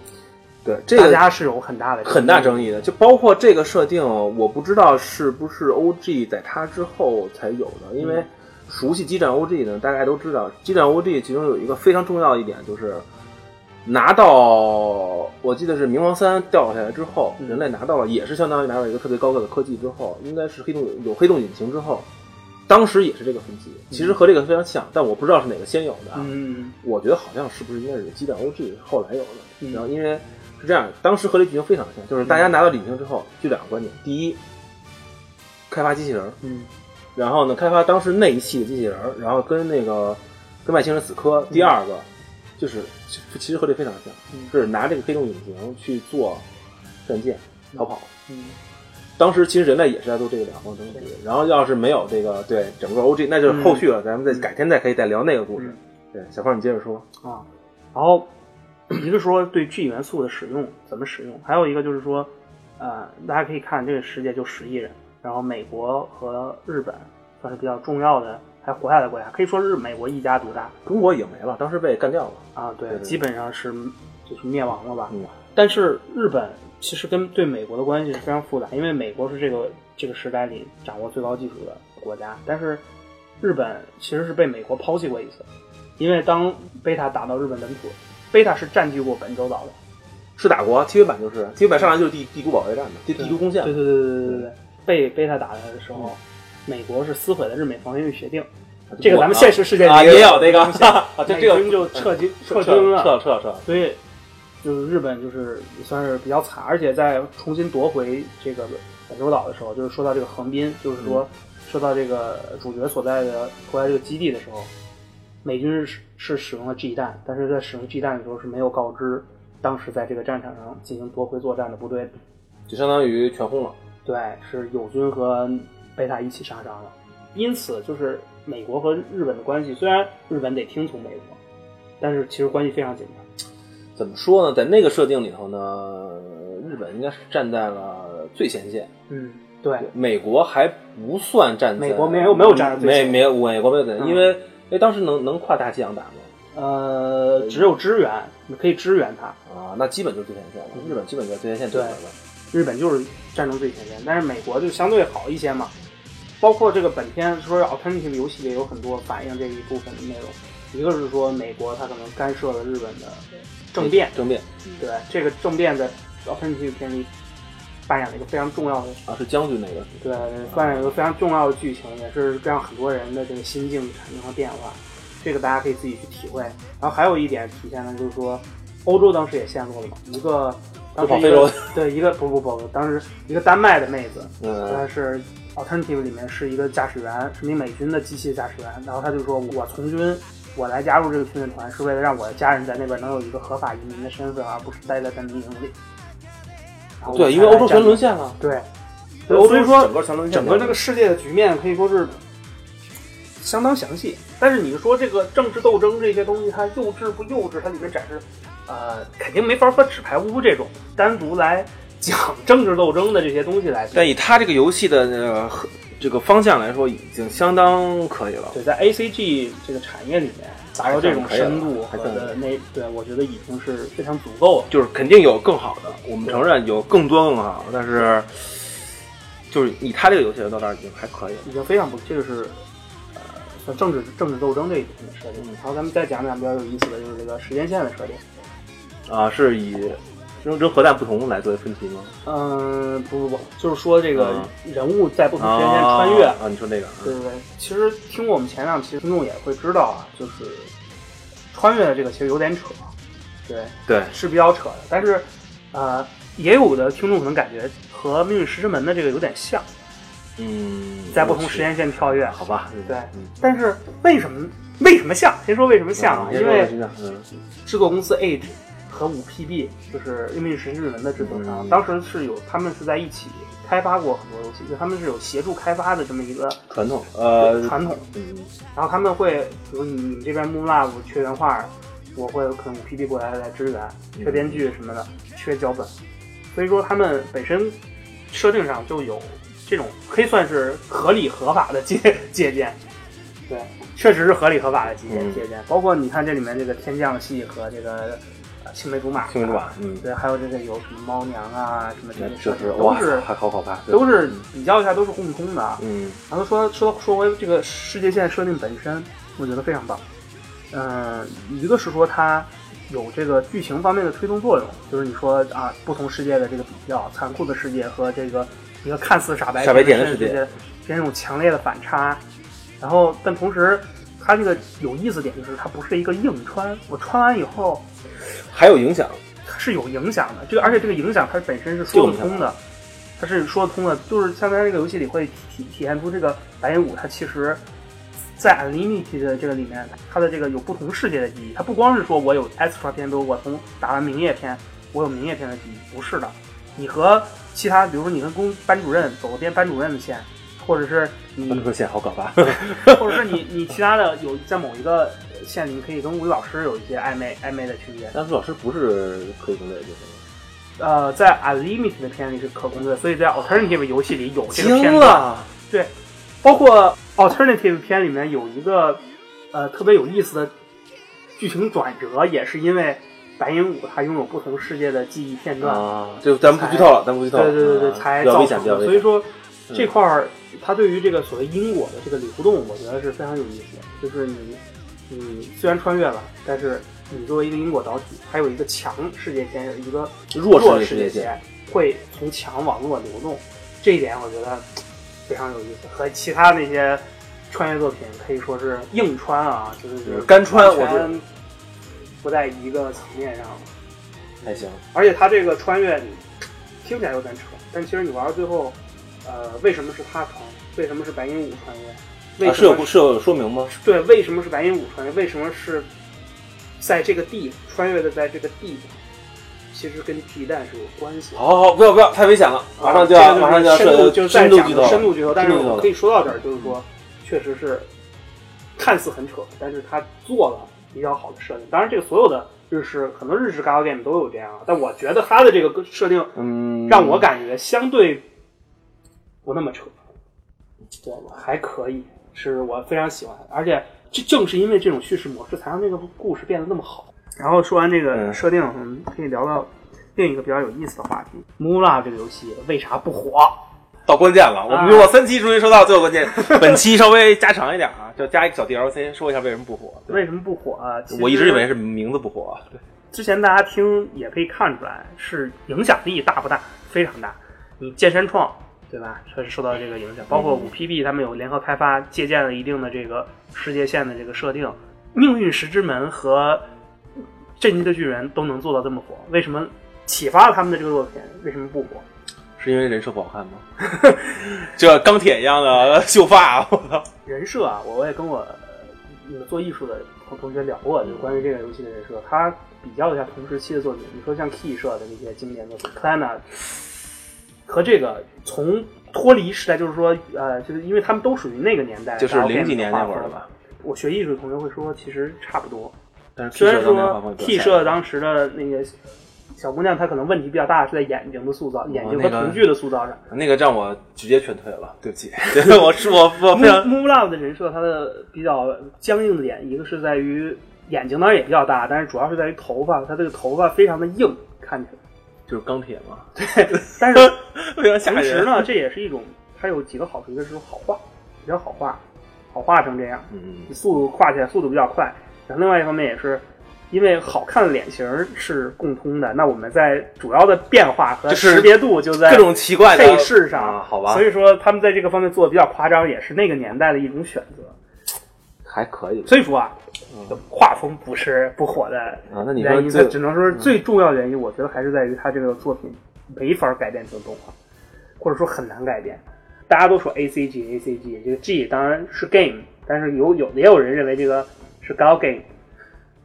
Speaker 1: 对，这个
Speaker 2: 大家是有很大的
Speaker 1: 很大争
Speaker 2: 议。
Speaker 1: 议的，就包括这个设定，我不知道是不是 OG 在它之后才有的，因为
Speaker 2: 嗯
Speaker 1: 熟悉激战 OG 的大家都知道，激战 OG 其中有一个非常重要的一点就是，拿到我记得是冥王三掉下来之后，
Speaker 2: 嗯
Speaker 1: 人类拿到了，也是相当于拿到一个特别高个的科技之后，应该是黑洞有黑洞引擎之后，当时也是这个分级，其实和这个非常像，但我不知道是哪个先有的啊。
Speaker 2: 嗯，
Speaker 1: 我觉得好像是不是应该是激战 OG 后来有的，
Speaker 2: 嗯
Speaker 1: 然后因为是这样，当时和这剧情非常像，就是大家拿到引擎之后，就两个观点：第一，开发机器人儿，
Speaker 2: 嗯
Speaker 1: 然后呢，开发当时那一系的机器人儿，然后跟那个跟外星人死磕；第二个就是其实和这非常像，
Speaker 2: 嗯
Speaker 1: 是拿这个黑洞引擎去做战舰逃跑。
Speaker 2: 嗯
Speaker 1: 当时其实人类也是在做这个两方争执
Speaker 2: 对，
Speaker 1: 然后要是没有这个对整个 OG，那就是后续了，咱们再改天再可以再聊那个故事。
Speaker 2: 嗯
Speaker 1: 对，小胖你接着说。
Speaker 2: 啊，然后 一个说对 G 元素的使用怎么使用，还有一个就是说，呃，大家可以看这个世界就十亿人，然后美国和日本算是比较重要的还活下来的国家，可以说是美国一家独大
Speaker 1: 中国也没了，当时被干掉了。
Speaker 2: 啊，对，
Speaker 1: 对对
Speaker 2: 基本上是就是灭亡了吧。
Speaker 1: 嗯
Speaker 2: 但是日本其实跟对美国的关系是非常复杂，因为美国是这个这个时代里掌握最高技术的国家，但是日本其实是被美国抛弃过一次，因为当贝塔打到日本本土，贝塔是占据过本州岛的，
Speaker 1: 是打国 TV 版就是 TV 版上来就是帝帝国保卫战的，就帝都攻陷
Speaker 2: 对对对对对嗯对对，被贝塔打下来的时候，美国是撕毁了日美防御协定，这个咱们现实世界里
Speaker 1: 啊也有这个
Speaker 2: 东 西
Speaker 1: 啊，这这
Speaker 2: 美
Speaker 1: 个
Speaker 2: 军就撤军
Speaker 1: 撤
Speaker 2: 嗯撤军了，
Speaker 1: 撤撤撤，
Speaker 2: 所以就是日本就是也算是比较惨，而且在重新夺回这个本州岛的时候，就是说到这个横滨，就是说说到这个主角所在的国家这个基地的时候，美军是是使用了 G 弹，但是在使用 G 弹的时候是没有告知当时在这个战场上进行夺回作战的部队，
Speaker 1: 就相当于全轰了。
Speaker 2: 对，是友军和贝塔一起杀伤的。因此，就是美国和日本的关系，虽然日本得听从美国，但是其实关系非常紧张。
Speaker 1: 怎么说呢？在那个设定里头呢，日本应该是站在了最前线，
Speaker 2: 嗯，对，
Speaker 1: 美国还不算站在。
Speaker 2: 美国没有没有站在最
Speaker 1: 没
Speaker 2: 前
Speaker 1: 没有美国没有站在，
Speaker 2: 嗯
Speaker 1: 因为因为当时能能跨大西洋打吗？
Speaker 2: 呃，只有支援，你可以支援他。
Speaker 1: 啊，那基本就是最前线了。日本基本就是最前线
Speaker 2: 对
Speaker 1: 打的。
Speaker 2: 日本就是战争最前线，但是美国就相对好一些嘛。包括这个本片说 alternative 游戏里有很多反映这一部分的内容，一个是说美国它可能干涉了日本的政变，
Speaker 1: 政变
Speaker 2: 对这个政变在 alternative 片里扮演了一个非常重要的
Speaker 1: 啊，是将军那个。
Speaker 2: 对，扮演一个非常重要的剧情，也是让很多人的这个心境产生了变化。这个大家可以自己去体会。然后还有一点体现的就是说，欧洲当时也陷入了嘛，一个当时
Speaker 1: 跑
Speaker 2: 一
Speaker 1: 非
Speaker 2: 个
Speaker 1: 洲
Speaker 2: 对一个不不不，当时一个丹麦的妹子，
Speaker 1: 嗯
Speaker 2: 她是 alternative 里面是一个驾驶员，是名美军的机械驾驶员。然后她就说，我从军，我来加入这个训练团是为了让我的家人在那边能有一个合法移民的身份，而不是待在难民营里。然后我
Speaker 1: 对，因为
Speaker 2: 才来
Speaker 1: 欧洲
Speaker 2: 加入
Speaker 1: 全沦陷了。
Speaker 2: 对，
Speaker 1: 欧洲
Speaker 2: 所以说
Speaker 1: 整个全沦陷，
Speaker 2: 整个这个世界的局面可以说是相当详细。但是你说这个政治斗争这些东西，它幼稚不幼稚？它里面展示，呃，肯定没法和纸牌屋这种单独来讲政治斗争的这些东西来比。
Speaker 1: 但以他这个游戏的呃和这个方向来说，已经相当可以了。
Speaker 2: 对，在 A C G 这个产业里面达到这种深度
Speaker 1: 还
Speaker 2: 和
Speaker 1: 算可以了
Speaker 2: 的那，对我觉得已经是非常足够了。
Speaker 1: 就是肯定有更好的，我们
Speaker 2: 对
Speaker 1: 承认有更多更好，但是就是以他这个游戏来到这儿已经还可以了。
Speaker 2: 已经非常不，这个是呃算政治政治斗争这一部分的设定。然后咱们再讲讲比较有意思的就是这个时间线的设定。
Speaker 1: 啊，是以扔扔核弹不同来作为分歧吗？
Speaker 2: 嗯，不不不，就是说这个
Speaker 1: 嗯
Speaker 2: 人物在不同时间线
Speaker 1: 啊
Speaker 2: 穿越，
Speaker 1: 啊，你说那个，
Speaker 2: 对对对。其实听过我们前两期，听众也会知道啊，就是穿越的这个其实有点扯，对，
Speaker 1: 对，
Speaker 2: 是比较扯的。但是呃，也有的听众可能感觉和《命运石之门》的这个有点像，
Speaker 1: 嗯，
Speaker 2: 在不同时，间线跳跃。
Speaker 1: 好吧，嗯
Speaker 2: 对
Speaker 1: 嗯
Speaker 2: 但是为什么为什么像？先说为什么像啊？
Speaker 1: 嗯
Speaker 2: 因为
Speaker 1: 你先说吧嗯
Speaker 2: 制作公司 Age 和五 PB，就是《命运石之门》的制作商，
Speaker 1: 嗯
Speaker 2: 当时是有他们是在一起开发过很多游戏，就他们是有协助开发的这么一个
Speaker 1: 传统，呃，
Speaker 2: 传统。
Speaker 1: 嗯，
Speaker 2: 然后他们会，比如你你这边 Moonlab 缺原画，我会可能五 PB 过来来支援，
Speaker 1: 嗯
Speaker 2: 缺编剧什么的，缺脚本，所以说他们本身设定上就有这种可以算是合理合法的借借鉴。对，确实是合理合法的借鉴
Speaker 1: 嗯
Speaker 2: 借鉴，包括你看这里面这个天降系和这个呃青梅竹马，
Speaker 1: 青梅竹马，，嗯，
Speaker 2: 对，还有这个有什么猫娘啊，什么这些设
Speaker 1: 就
Speaker 2: 定
Speaker 1: 是
Speaker 2: 都
Speaker 1: 哇，
Speaker 2: 是
Speaker 1: 还好可怕，对
Speaker 2: 都是比较一下都是共通的啊。
Speaker 1: 嗯，
Speaker 2: 然后说说说回这个世界线设定本身，我觉得非常棒。嗯、一个是说它有这个剧情方面的推动作用，就是你说啊，不同世界的这个比较，残酷的世界和这个一个看似傻白
Speaker 1: 傻白甜的
Speaker 2: 世
Speaker 1: 世界
Speaker 2: 界之间有强烈的反差。然后，但同时，它这个有意思点就是它不是一个硬穿，我穿完以后
Speaker 1: 还有影响，
Speaker 2: 它是有影响的。这个而且这个影响它本身是说得通的，它是说得通的，就是相当于这个游戏里会体体现出这个白银五它其实。在 Unlimited 的这个里面，它的这个有不同世界的记忆，它不光是说我有 Extra 篇，比如我从打完明夜篇，我有明夜篇的记忆，不是的。你和其他，比如说你跟公班主任走遍班主任的线，或者是你
Speaker 1: 这个线好可怕，
Speaker 2: 或者是你你其他的有在某一个县里，你可以跟物理老师有一些暧昧暧昧的区别。
Speaker 1: 但是老师不是可以攻略，就是。
Speaker 2: 呃，在 Unlimited 的片里是可攻略，所以在 Alternative 游戏里有这个片
Speaker 1: 惊了，
Speaker 2: 段，
Speaker 1: 啊
Speaker 2: 包括 Alternative 片里面有一个呃特别有意思的剧情转折，也是因为白银武他拥有不同世界的记忆片段，
Speaker 1: 啊，就咱们不剧透了，咱们不剧透了，
Speaker 2: 对对对对，
Speaker 1: 嗯
Speaker 2: 才
Speaker 1: 比较
Speaker 2: 造
Speaker 1: 危险，
Speaker 2: 成
Speaker 1: 比较危
Speaker 2: 的。所以
Speaker 1: 险。
Speaker 2: 说
Speaker 1: 嗯
Speaker 2: 这块儿，它对于这个所谓因果的这个流动，我觉得是非常有意思的。就是你你虽然穿越了，但是你作为一个因果导体，还有一个强世界线，有一个
Speaker 1: 弱势
Speaker 2: 弱
Speaker 1: 力
Speaker 2: 世
Speaker 1: 界线，
Speaker 2: 线会从强往弱流动，这一点我觉得非常有意思，和其他那些穿越作品可以说是硬穿啊，就是
Speaker 1: 就是嗯干穿，我觉得
Speaker 2: 得不在一个层面上。
Speaker 1: 还行。
Speaker 2: 而且它这个穿越你听起来有点扯，但其实你玩到最后，呃，为什么是他穿？为什么是白银五穿越？
Speaker 1: 啊
Speaker 2: 为
Speaker 1: 是
Speaker 2: 什么
Speaker 1: 有是有说明吗？
Speaker 2: 对，为什么是白银五穿越？为什么是在这个地穿越的在这个地方？其实跟地带是有关系的。
Speaker 1: 好好好，不要不要，太危险了，马上就要、马上就要
Speaker 2: 啊这个
Speaker 1: 涉
Speaker 2: 就是
Speaker 1: 深
Speaker 2: 深
Speaker 1: 度
Speaker 2: 度就
Speaker 1: 剧
Speaker 2: 是
Speaker 1: 透
Speaker 2: 在讲
Speaker 1: 了，
Speaker 2: 深度剧透，但是
Speaker 1: 深度剧透
Speaker 2: 我
Speaker 1: 了
Speaker 2: 可以说到这儿，就是说，确实是看似很扯，但是他做了比较好的设定。当然，这个所有的日式，可能日式咖啡店都有这样啊，但我觉得他的这个设定
Speaker 1: 嗯，
Speaker 2: 让我感觉相对不那么扯，对，我还可以，是我非常喜欢，而且这正是因为这种叙事模式，才让这个故事变得那么好。然后说完这个
Speaker 1: 嗯
Speaker 2: 设定，我们可以聊到另一个比较有意思的话题：Mula 这个游戏为啥不火？
Speaker 1: 到关键
Speaker 2: 啊
Speaker 1: 了，我们用了三期终于说到最后关 键，本期稍微加长一点啊，就加一个小 DLC 说一下为什么不火。对
Speaker 2: 为什么不火啊？其实
Speaker 1: 我一直以为是名字不火，啊对
Speaker 2: 之前大家听也可以看出来，是影响力大不大？非常大。你健身创对吧？它是受到这个影响，包括五 PB 他们有联合开发，借鉴了一定的这个世界线的这个设定。命运石之门和震惊的巨人都能做到这么火，为什么启发了他们的这个作品？为什么不火？
Speaker 1: 是因为人设不好看 吗？这钢铁一样 的秀发，我操！
Speaker 2: 人设啊，我也跟我呃做艺术的同同学聊过，
Speaker 1: 嗯
Speaker 2: 就是关于这个游戏的人设，他比较一下同时期的作品，你说像 Key 社的那些经典作品 c l a n a 和这个从脱离时代，就是说，呃，就是因为他们都属于那个年代，
Speaker 1: 就是
Speaker 2: 然后
Speaker 1: 零几
Speaker 2: 变
Speaker 1: 年
Speaker 2: 成
Speaker 1: 那会儿
Speaker 2: 画
Speaker 1: 的
Speaker 2: 风
Speaker 1: 吧。
Speaker 2: 我学艺术的同学会说，其实差不多。
Speaker 1: 但是
Speaker 2: 虽
Speaker 1: T
Speaker 2: 然
Speaker 1: 社当年画
Speaker 2: 说
Speaker 1: 风
Speaker 2: T 社当时的那个小姑娘，她可能问题比较大，是在眼睛的塑造、眼睛和
Speaker 1: 哦那个
Speaker 2: 瞳距的塑造上。
Speaker 1: 那个让我直接劝退了，对不起， 对我是我 我啊非常
Speaker 2: Move Move Love 的人设，它的比较僵硬的点，一个是在于眼睛当然也比较大，但是主要是在于头发，它这个头发非常的硬，看起来。
Speaker 1: 就是钢铁嘛，
Speaker 2: 但是
Speaker 1: 非呃常吓
Speaker 2: 同时
Speaker 1: 人。
Speaker 2: 呢，这也是一种，它有几个好处，一个是好画，比较好画，好画成这样，
Speaker 1: 嗯
Speaker 2: 你，速度画起来速度比较快。然后另外一方面也是，因为好看的脸型是共通的，那我们在主要的变化和
Speaker 1: 就是
Speaker 2: 识别度就在
Speaker 1: 各种奇怪的
Speaker 2: 配饰上，
Speaker 1: 啊好吧
Speaker 2: 所以说他们在这个方面做的比较夸张，也是那个年代的一种选择。
Speaker 1: 还可以吧
Speaker 2: 所以说啊，这个画风不是不火的
Speaker 1: 嗯啊。那你
Speaker 2: 原
Speaker 1: 说
Speaker 2: 因，它
Speaker 1: 最嗯
Speaker 2: 只能说是最重要原因，我觉得还是在于它这个作品没法改变成动画，或者说很难改变。大家都说 A C G A C G，这个 G 当然是 game，但是有有也有人认为这个是高 game。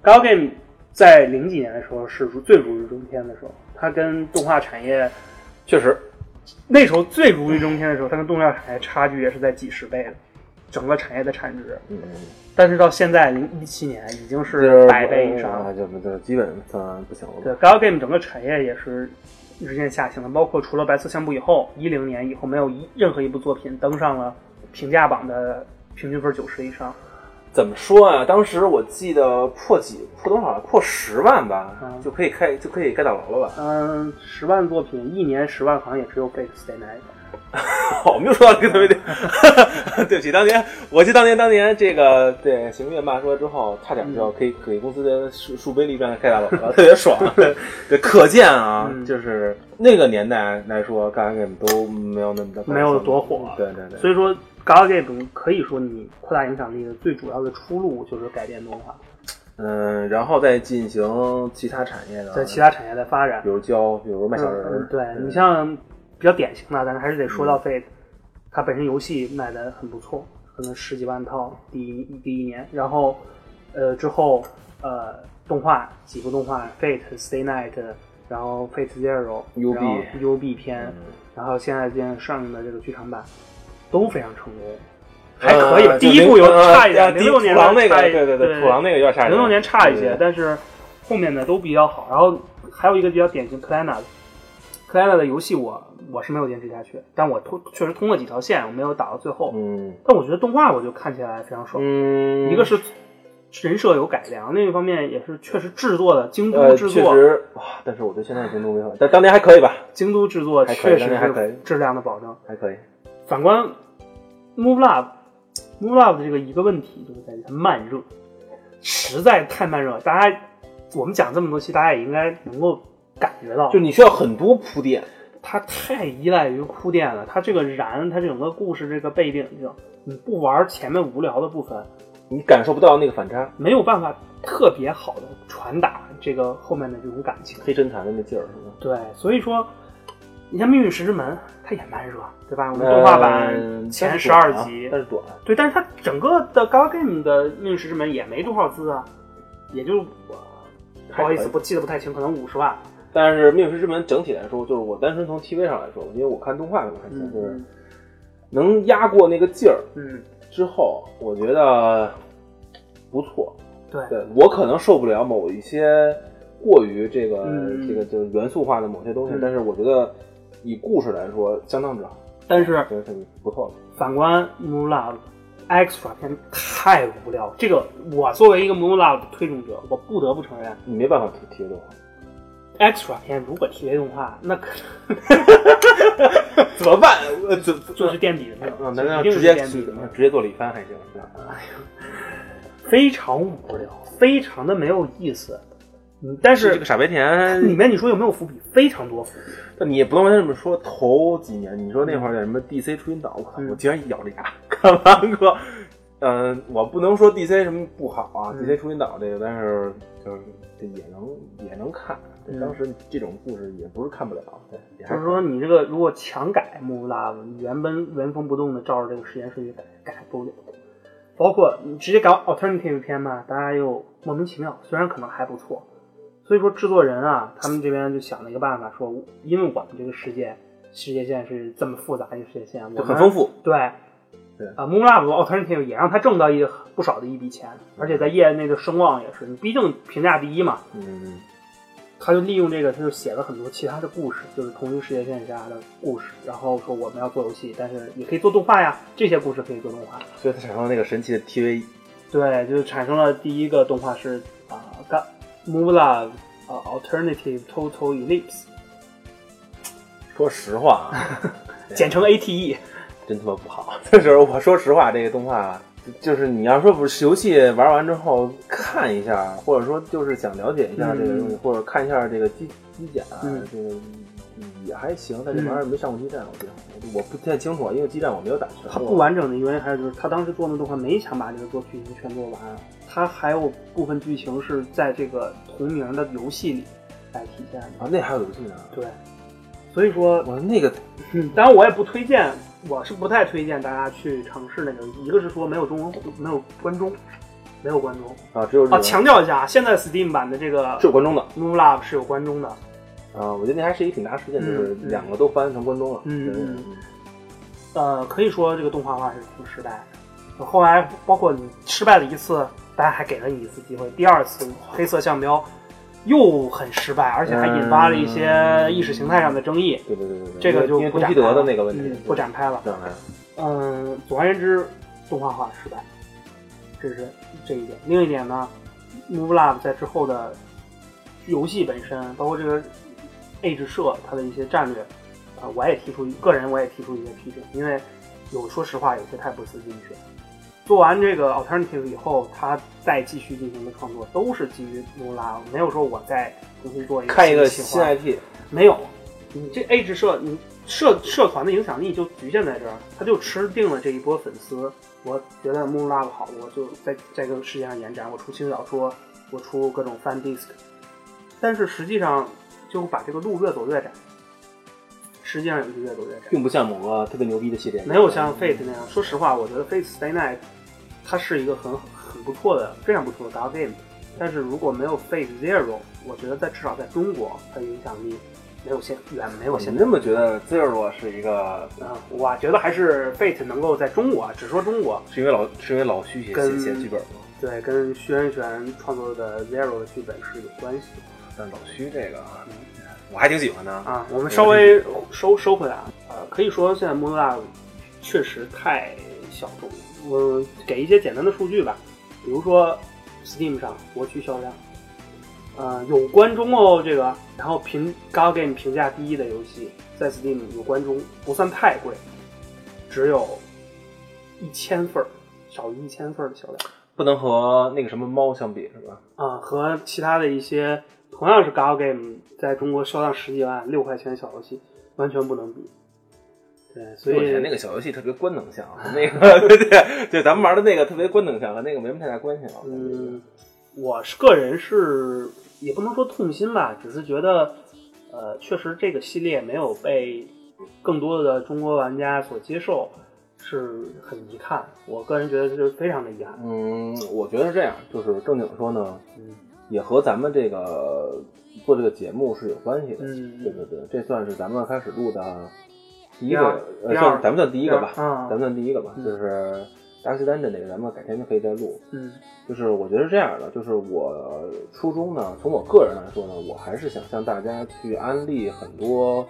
Speaker 2: 高 game 在零几年的时候是如最如日中天的时候，它跟动画产业
Speaker 1: 确实
Speaker 2: 那时候最如日中天的时候，它跟动画产业差距也是在几十倍的，整个产业的产值。
Speaker 1: 嗯，
Speaker 2: 但是到现在零一七年已经
Speaker 1: 就是
Speaker 2: 百倍以上
Speaker 1: 啊，
Speaker 2: 了。
Speaker 1: 就就基本上不行了吧。
Speaker 2: 对 g a l Game 整个产业也是日渐下行的，包括除了白色相簿以后，一零年以后没有一任何一部作品登上了评价榜的平均分九十以上。
Speaker 1: 怎么说啊？当时我记得破几破多少？破十万吧，
Speaker 2: 嗯
Speaker 1: 就可以开就可以盖大楼了吧？
Speaker 2: 嗯，十万作品一年十万好像也只有 Fate Stay Night。
Speaker 1: 我们又说到这个特别点， 对不起，当年我记得当年当年这个对行月骂说之后，差点就
Speaker 2: 嗯
Speaker 1: 可以给公司的数数倍利润盖 大楼了，特别爽。对，可见啊，
Speaker 2: 嗯
Speaker 1: 就是那个年代来说，干 game 都没有那么的高
Speaker 2: 没有
Speaker 1: 兴
Speaker 2: 多火
Speaker 1: 对对对，
Speaker 2: 所以说 g a l Game 可以说你扩大影响力的最主要的出路就是改变动画，
Speaker 1: 嗯，然后再进行其他产业的，
Speaker 2: 在其他产业的发展
Speaker 1: 比。如胶，比如卖小人
Speaker 2: 嗯
Speaker 1: 儿
Speaker 2: 嗯，，对你像比较典型的，咱还是得说
Speaker 1: 嗯
Speaker 2: 到 Fate，、它本身游戏卖的很不错，可能十几万套第一第一年，然后呃之后呃动画几部动画 Fate Stay Night，然后 Fate Zero，
Speaker 1: UB
Speaker 2: 然后 UB 篇，
Speaker 1: 嗯
Speaker 2: 然后现在现在上映的这个剧场版都非常成功，还可以吧。
Speaker 1: 呃
Speaker 2: 第一部有
Speaker 1: 就零呃
Speaker 2: 差一
Speaker 1: 呃
Speaker 2: 点，
Speaker 1: 第
Speaker 2: 零
Speaker 1: 一
Speaker 2: 六年
Speaker 1: 土狼那个，
Speaker 2: 差一
Speaker 1: 对对
Speaker 2: 对，
Speaker 1: 土狼那个有点吓人。
Speaker 2: 零六年差一些
Speaker 1: 对，
Speaker 2: 但是后面的都比较好。然后还有一个比较典型 c l a n a 的 c l a n a 的游戏我我是没有坚持下去，但我通确实通了几条线，我没有打到最后。
Speaker 1: 嗯
Speaker 2: 但我觉得动画我就看起来非常爽，
Speaker 1: 嗯，
Speaker 2: 一个是人设有改良，另一方面也是确实制作的京都
Speaker 1: 呃，
Speaker 2: 制
Speaker 1: 确
Speaker 2: 作，
Speaker 1: 实，哇但是我对现在京东没法，但当年还可以吧，
Speaker 2: 京都制作
Speaker 1: 还可以
Speaker 2: 确实
Speaker 1: 当然还可以
Speaker 2: 是质量的保证。
Speaker 1: 还可以。
Speaker 2: 反观 Move Love Move Love 的这个一个问题就是在于它慢热，实在太慢热。大家我们讲这么多期，大家也应该能够感觉到，
Speaker 1: 就你需要很多铺垫，
Speaker 2: 它太依赖于铺垫了。它这个燃，它整个故事这个背景，这种你不玩前面无聊的部分，
Speaker 1: 你感受不到那个反差，
Speaker 2: 没有办法特别好的传达这个后面的这种感情。
Speaker 1: 黑侦探的那劲儿是吧？
Speaker 2: 对，所以说你像《命运石之门》，它也慢热，对吧？
Speaker 1: 呃
Speaker 2: 我们动画版
Speaker 1: 嗯
Speaker 2: 前
Speaker 1: 但是
Speaker 2: 十二
Speaker 1: 短啊
Speaker 2: 集，
Speaker 1: 但是短，
Speaker 2: 对，但是它整个的 Gal Game 的《命运石之门》也没多少字啊，也就我不好
Speaker 1: 还
Speaker 2: 意思，
Speaker 1: 可以
Speaker 2: 不记得不太清，可能五十万。
Speaker 1: 但是《命运石之门》整体来说，就是我单纯从 TV 上来说，因为我看动画的关系，就是
Speaker 2: 嗯
Speaker 1: 能压过那个劲儿
Speaker 2: 嗯，
Speaker 1: 之后，我觉得不错。
Speaker 2: 对，
Speaker 1: 对我可能受不了某一些过于这个、
Speaker 2: 嗯
Speaker 1: 这个就是元素化的某些东西，
Speaker 2: 嗯
Speaker 1: 但是我觉得以故事来说相当之好，
Speaker 2: 但是
Speaker 1: 真是不错的。
Speaker 2: 反观《Moon Love》Extra 片太无聊了，这个我作为一个 Moon Love 的推崇者，我不得不承认
Speaker 1: 你没办法提提动，
Speaker 2: Extra 片如果 TV 动画，那可
Speaker 1: 怎么办？呃，怎
Speaker 2: 就是垫底的那
Speaker 1: 啊，
Speaker 2: 种，
Speaker 1: 那那
Speaker 2: 一定
Speaker 1: 直
Speaker 2: 是
Speaker 1: 接
Speaker 2: 垫底的那种
Speaker 1: 直接做李帆还行，是吧
Speaker 2: 非常无聊，非常的没有意思。嗯，但
Speaker 1: 这
Speaker 2: 是
Speaker 1: 个傻白甜，
Speaker 2: 里面你说有没有伏笔？非常多伏笔。
Speaker 1: 但你也不能完全这么说。头几年，你说那会儿叫什么 DC 出云岛，我靠，
Speaker 2: 嗯
Speaker 1: 我竟然咬了牙看完过。嗯、我不能说 DC 什么不好啊、
Speaker 2: 嗯
Speaker 1: d c 出云岛这个，但是就是这也能也能看。对
Speaker 2: 嗯
Speaker 1: 当时这种故事也不是看不了，对，也还
Speaker 2: 就是说，你这个如果强改木拉，你原本原封不动的照着这个时间顺序改，改不了。包括你直接搞 alternative 片嘛，大家又莫名其妙，虽然可能还不错。所以说，制作人啊，他们这边就想了一个办法，说，因为我们这个世界世界线是这么复杂的一个世界线，我
Speaker 1: 就
Speaker 2: 们
Speaker 1: 很丰富。
Speaker 2: 对，
Speaker 1: 对
Speaker 2: 啊 m o o n l a v Alternative 也让他挣到一不少的一笔钱，而且在业内的声望也是，你毕竟评价第一嘛。
Speaker 1: 嗯，
Speaker 2: 他就利用这个，他就写了很多其他的故事，就是同一个世界线下的故事。然后说我们要做游戏，但是也可以做动画呀，这些故事可以做动画。
Speaker 1: 所以它产生了那个神奇的 TV
Speaker 2: 对，就是产生了第一个动画是啊，干 m o o n l a v 啊 Alternative Total Ellipse，
Speaker 1: 说实话，啊，
Speaker 2: 简称 E ATE。
Speaker 1: 真他妈不好。 就是我说实话，这个动画就就是你要说不是游戏玩完之后看一下，或者说就是想了解一下这个东西，
Speaker 2: 嗯
Speaker 1: 或者看一下这个机机甲，啊
Speaker 2: 嗯
Speaker 1: 这个嗯也还行。但这玩意儿没上过基站，我觉得我不太清楚，啊，因为基站我没有打全。
Speaker 2: 它不，完整的原因还有就是，他当时做那动画没想把这个做剧情全做完，它还有部分剧情是在这个同名的游戏里来体现的。
Speaker 1: 啊，那还有游戏呢。
Speaker 2: 对，所以说，
Speaker 1: 我那个
Speaker 2: 当然我也不推荐，我是不太推荐大家去尝试那个，一个是说没有中文，没有关中，没有关中
Speaker 1: 啊，只有日
Speaker 2: 啊。
Speaker 1: 文
Speaker 2: 强调一下，现在 Steam 版的这个
Speaker 1: 只有关中的
Speaker 2: Moon Lab 是有关中的，
Speaker 1: 啊，我觉得那还是一挺大事件，
Speaker 2: 嗯
Speaker 1: 就是
Speaker 2: 嗯
Speaker 1: 两个都翻成关中了。
Speaker 2: 嗯
Speaker 1: 对
Speaker 2: 嗯呃，可以说这个动画化是挺失败的。呃后来包括你失败了一次，大家还给了你一次机会，第二次黑色橡标又很失败，而且还引发了一些意识形态上的争议，
Speaker 1: 对对对对对，
Speaker 2: 这个就
Speaker 1: 嗯因为
Speaker 2: 不
Speaker 1: 东
Speaker 2: 展
Speaker 1: 西
Speaker 2: 开
Speaker 1: 德的
Speaker 2: 了
Speaker 1: 那个问题
Speaker 2: 嗯不展开了。
Speaker 1: 展开了。
Speaker 2: 嗯，总而言之，动画化失败，这是这一点。另一点呢，Move Lab 在之后的游戏本身，包括这个 Age 社它的一些战略，啊、我也提出个人我也提出一些批评，因为有说实话有些太不思进取。做完这个 Alternative 以后，他再继续进行的创作都是基于 Move Lab，没有说我再重新做一个
Speaker 1: 看一个
Speaker 2: 企
Speaker 1: 新
Speaker 2: 划
Speaker 1: IP，
Speaker 2: 没有，你这 A 制社，你社社团的影响力就局限在这儿，他就吃定了这一波粉丝。我觉得 Moon Lab 好，我就在在这个世界上延展，我出轻小说，我出各种 fan disc，但是实际上就把这个路越走越窄，实际上也是越走越窄，
Speaker 1: 并不像某个特别牛逼的系列，嗯
Speaker 2: 没有像 Fate 那样。说实话，我觉得 Fate Stay Night 它是一个很很不错的、非常不错的 Dark Game，但是如果没有 Fate Zero，我觉得在至少在中国，它的影响力没有现远没有
Speaker 1: 我
Speaker 2: 现
Speaker 1: 现
Speaker 2: 在
Speaker 1: 在。这么觉得 Zero 是一个，
Speaker 2: 嗯，我觉得还是 Fate 能够在中国，啊只说中国，
Speaker 1: 是因为老是因为老徐写
Speaker 2: 跟
Speaker 1: 写写剧本嘛，
Speaker 2: 对，跟徐仁玄创作的 Zero 的剧本是有关系的
Speaker 1: 但是老徐这个我还挺喜欢的啊。
Speaker 2: 嗯啊。我们稍微收收回来啊，呃，可以说现在 Moon Lab 确实太小众了。我给一些简单的数据吧，比如说 Steam 上国区销量，呃，有关中哦这个，然后评 Gal Game 评价第一的游戏，在 Steam 有关中，不算太贵，只有一千份儿，少于一千份儿的销量。
Speaker 1: 不能和那个什么猫相比是吧？
Speaker 2: 啊，和其他的一些同样是 Gal Game 在中国销量十几万、六块钱的小游戏，完全不能比。对，所
Speaker 1: 我以前那
Speaker 2: 以
Speaker 1: 个小游戏特别官能项， 和那个对对对，咱们玩的那个特别官能项，和那个没什么太大关系啊了。我
Speaker 2: 嗯
Speaker 1: 感觉
Speaker 2: 嗯，我是个人是也不能说痛心吧，只是觉得呃，确实这个系列没有被更多的中国玩家所接受，是很遗憾。我个人觉得这是非常的遗憾。
Speaker 1: 嗯，我觉得是这样，就是正经说呢，
Speaker 2: 嗯
Speaker 1: 也和咱们这个做这个节目是有关系的。
Speaker 2: 嗯
Speaker 1: 对对对，这算是咱们开始录的第一
Speaker 2: 第二
Speaker 1: 个，呃，
Speaker 2: 第二
Speaker 1: 算咱们算第一个吧，
Speaker 2: 第二啊
Speaker 1: 咱们算第一个吧，
Speaker 2: 嗯
Speaker 1: 就是达西丹镇这个，咱们改天就可以再录。
Speaker 2: 嗯
Speaker 1: 就是我觉得是这样的，就是我初衷呢，从我个人来说呢，我还是想向大家去安利很多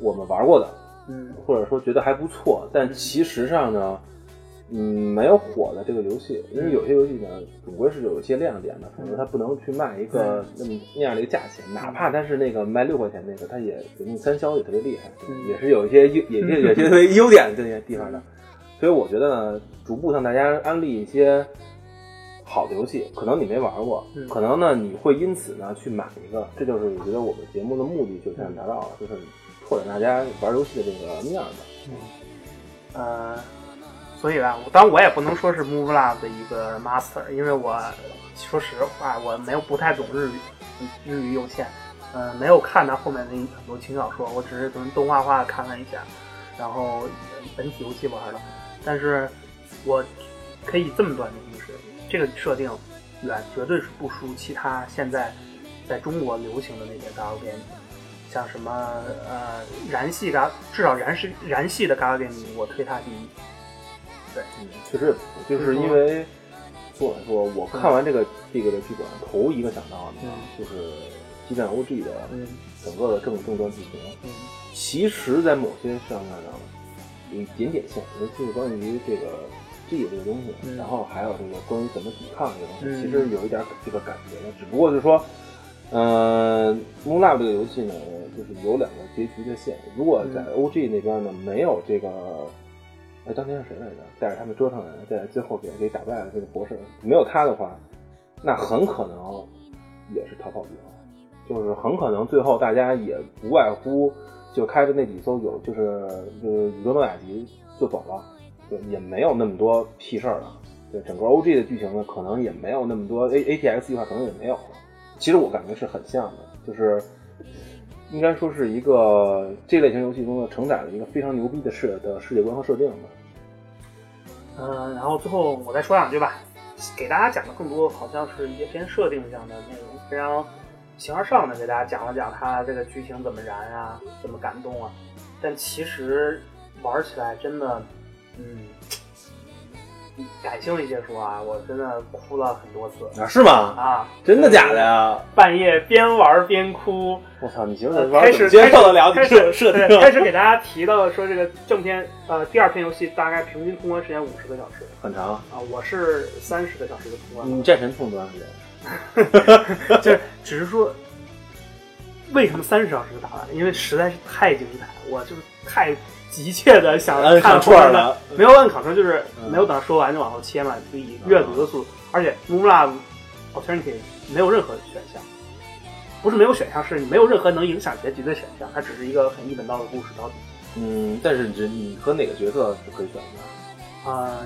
Speaker 1: 我们玩过的，
Speaker 2: 嗯
Speaker 1: 或者说觉得还不错，但其实上呢，嗯，没有火的这个游戏，因为有些游戏呢，总归是有一些亮点的，可能它不能去卖一
Speaker 2: 嗯
Speaker 1: 个那么那样的一个价钱，哪怕它是那个卖六块钱那个，它也人家三消也特别厉害，
Speaker 2: 嗯
Speaker 1: 也是有一些优，也是有一些优点的这些地方的，所以我觉得呢，逐步向大家安利一些。好的游戏，可能你没玩过，
Speaker 2: 嗯
Speaker 1: 可能呢你会因此呢去买一个，这就是我觉得我们节目的目的就这样达到了，就是拓展大家玩游戏的这个面儿吧。
Speaker 2: 嗯，呃，所以吧，我当然我也不能说是 Move Lab 的一个 master，因为我说实话我没有不太懂日语，日语有限，呃，没有看它后面的很多轻小说，我只是从动画化看了一下，然后呃本体游戏玩了，但是我可以这么断定就是这个设定远绝对是不输其他现在在中国流行的那些 GAL game。像什么呃燃系嘎，至少燃系燃系的嘎嘎 game，我推它第一。
Speaker 1: 嗯，确实也不错，嗯就是因为做来说，我看完这个这个的剧本，头一个想到的呢就是激战 OG 的
Speaker 2: 嗯
Speaker 1: 整个的正正传剧情。
Speaker 2: 嗯
Speaker 1: 其实，在某些上面呢，有一点点像，尤其是关于这个 G 这个东西，
Speaker 2: 嗯
Speaker 1: 然后还有这个关于怎么抵抗这个东西，
Speaker 2: 嗯
Speaker 1: 其实有一点这个感觉的。只不过是说，呃，Moon Lab 这个游戏呢，就是有两个结局的线。如果在 OG 那边呢，没有这个。哎，当年是谁来着？带着他们折腾来的，在最后给给打败了这个博士。没有他的话，那很可能也是逃跑不了。就是很可能最后大家也不外乎就开着那几艘有就是就是宇宙诺亚级就走了，对，也没有那么多屁事儿了。对，整个 OG 的剧情呢，可能也没有那么多 A ATX 计划可能也没有了。其实我感觉是很像的，就是应该说是一个这类型游戏中的承载了一个非常牛逼的世的世界观和设定吧。
Speaker 2: 呃，然后最后我再说两句吧，给大家讲的更多好像是一些偏设定上的内容，非常形而上的给大家讲了讲它这个剧情怎么燃啊，怎么感动啊。但其实玩起来真的，嗯，感性一些说啊，我真的哭了很多次
Speaker 1: 啊，是吗？
Speaker 2: 啊，
Speaker 1: 真的假的？呀？
Speaker 2: 半夜边玩边哭，
Speaker 1: 我操，你媳妇
Speaker 2: 呃
Speaker 1: 儿玩
Speaker 2: 开
Speaker 1: 儿怎么
Speaker 2: 始
Speaker 1: 接受得了你
Speaker 2: 开
Speaker 1: 这
Speaker 2: 始
Speaker 1: 种设
Speaker 2: 对
Speaker 1: 定？
Speaker 2: 开始给大家提到说这个正片呃第二篇游戏大概平均通关时间五十个小时
Speaker 1: 很长，
Speaker 2: 啊、我是三十个小时的通关
Speaker 1: 你
Speaker 2: 了，
Speaker 1: 战神痛多长时间？
Speaker 2: 就是只是说为什么三十小时就打完了，因为实在是太精彩，我就是太急切的想
Speaker 1: 按
Speaker 2: 看
Speaker 1: 上
Speaker 2: 后面
Speaker 1: 串
Speaker 2: 的
Speaker 1: 了，
Speaker 2: 没有按考生，就是
Speaker 1: 嗯
Speaker 2: 没有等他说完就往后切嘛，就以
Speaker 1: 嗯
Speaker 2: 阅读的速度，而且 m o o l a b Alternative 没有任何选项，不是没有选项，是你没有任何能影响结局的选项，它只是一个很一本道的故事到底。
Speaker 1: 嗯，但是你你和哪个角色是可以选的
Speaker 2: 啊、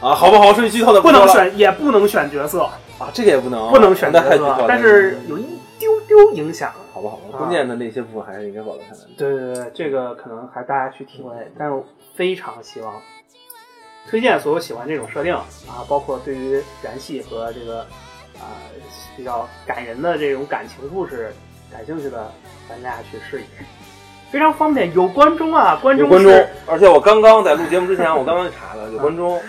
Speaker 1: 啊？好不好？说句剧透的
Speaker 2: 不能
Speaker 1: 说了
Speaker 2: 选，也不能选角色，
Speaker 1: 啊，这个也不能
Speaker 2: 不能选
Speaker 1: 那
Speaker 2: 角
Speaker 1: 太剧透
Speaker 2: 色
Speaker 1: 了，
Speaker 2: 但是有一丢丢影响。
Speaker 1: 好吧好吧，
Speaker 2: 啊
Speaker 1: 关键的那些部分还是应该保留下来的。
Speaker 2: 对对对，这个可能还大家去体会，但是我非常希望推荐所有喜欢这种设定啊，包括对于燃系和这个啊、比较感人的这种感情故事感兴趣的玩家去试一试，非常方便，有关中啊，关中
Speaker 1: 有观
Speaker 2: 是
Speaker 1: 众，而且我刚刚在录节目之前，我刚刚查了有观众。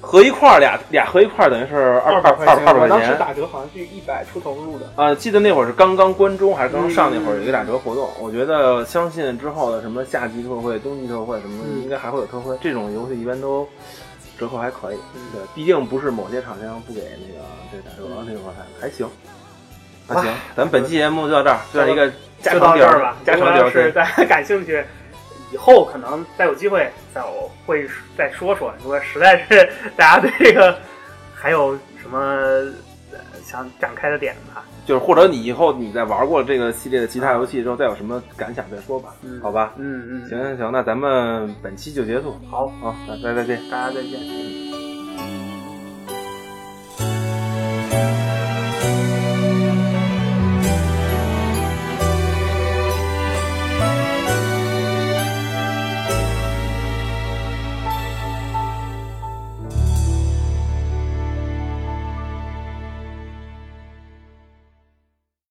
Speaker 1: 合一块儿俩俩合一块儿等于是二
Speaker 2: 二
Speaker 1: 二
Speaker 2: 百
Speaker 1: 二
Speaker 2: 钱，
Speaker 1: 二百
Speaker 2: 我当
Speaker 1: 块
Speaker 2: 时
Speaker 1: 钱
Speaker 2: 打折好像是一百出头入的，
Speaker 1: 啊！记得那会儿是刚刚关中还是刚刚上那会儿
Speaker 2: 嗯
Speaker 1: 有一个打折活动，我觉得相信之后的什么夏季特惠、冬季特惠什么
Speaker 2: 嗯
Speaker 1: 应该还会有特惠，这种游戏一般都折扣还可以。
Speaker 2: 嗯
Speaker 1: 对，毕竟不是某些厂商不给那个这打折
Speaker 2: 嗯
Speaker 1: 那种还还行，还行。咱们本期节目就到这儿，就像一个家
Speaker 2: 就
Speaker 1: 常
Speaker 2: 到
Speaker 1: 地
Speaker 2: 这
Speaker 1: 儿
Speaker 2: 儿吧。
Speaker 1: 家
Speaker 2: 如果
Speaker 1: 常地
Speaker 2: 要
Speaker 1: 儿
Speaker 2: 是大家 感兴趣，以后可能再有机会，再我会再说说。如果实在是 大家对这个还有什么呃想展开的点吧，
Speaker 1: 就是或者你以后你在玩过这个系列的其他游戏之后，再有什么感想再说吧，
Speaker 2: 嗯
Speaker 1: 好吧？
Speaker 2: 嗯嗯，
Speaker 1: 行，行行，那咱们本期就结束
Speaker 2: 好，
Speaker 1: 啊，那再再见。
Speaker 2: 大家再见。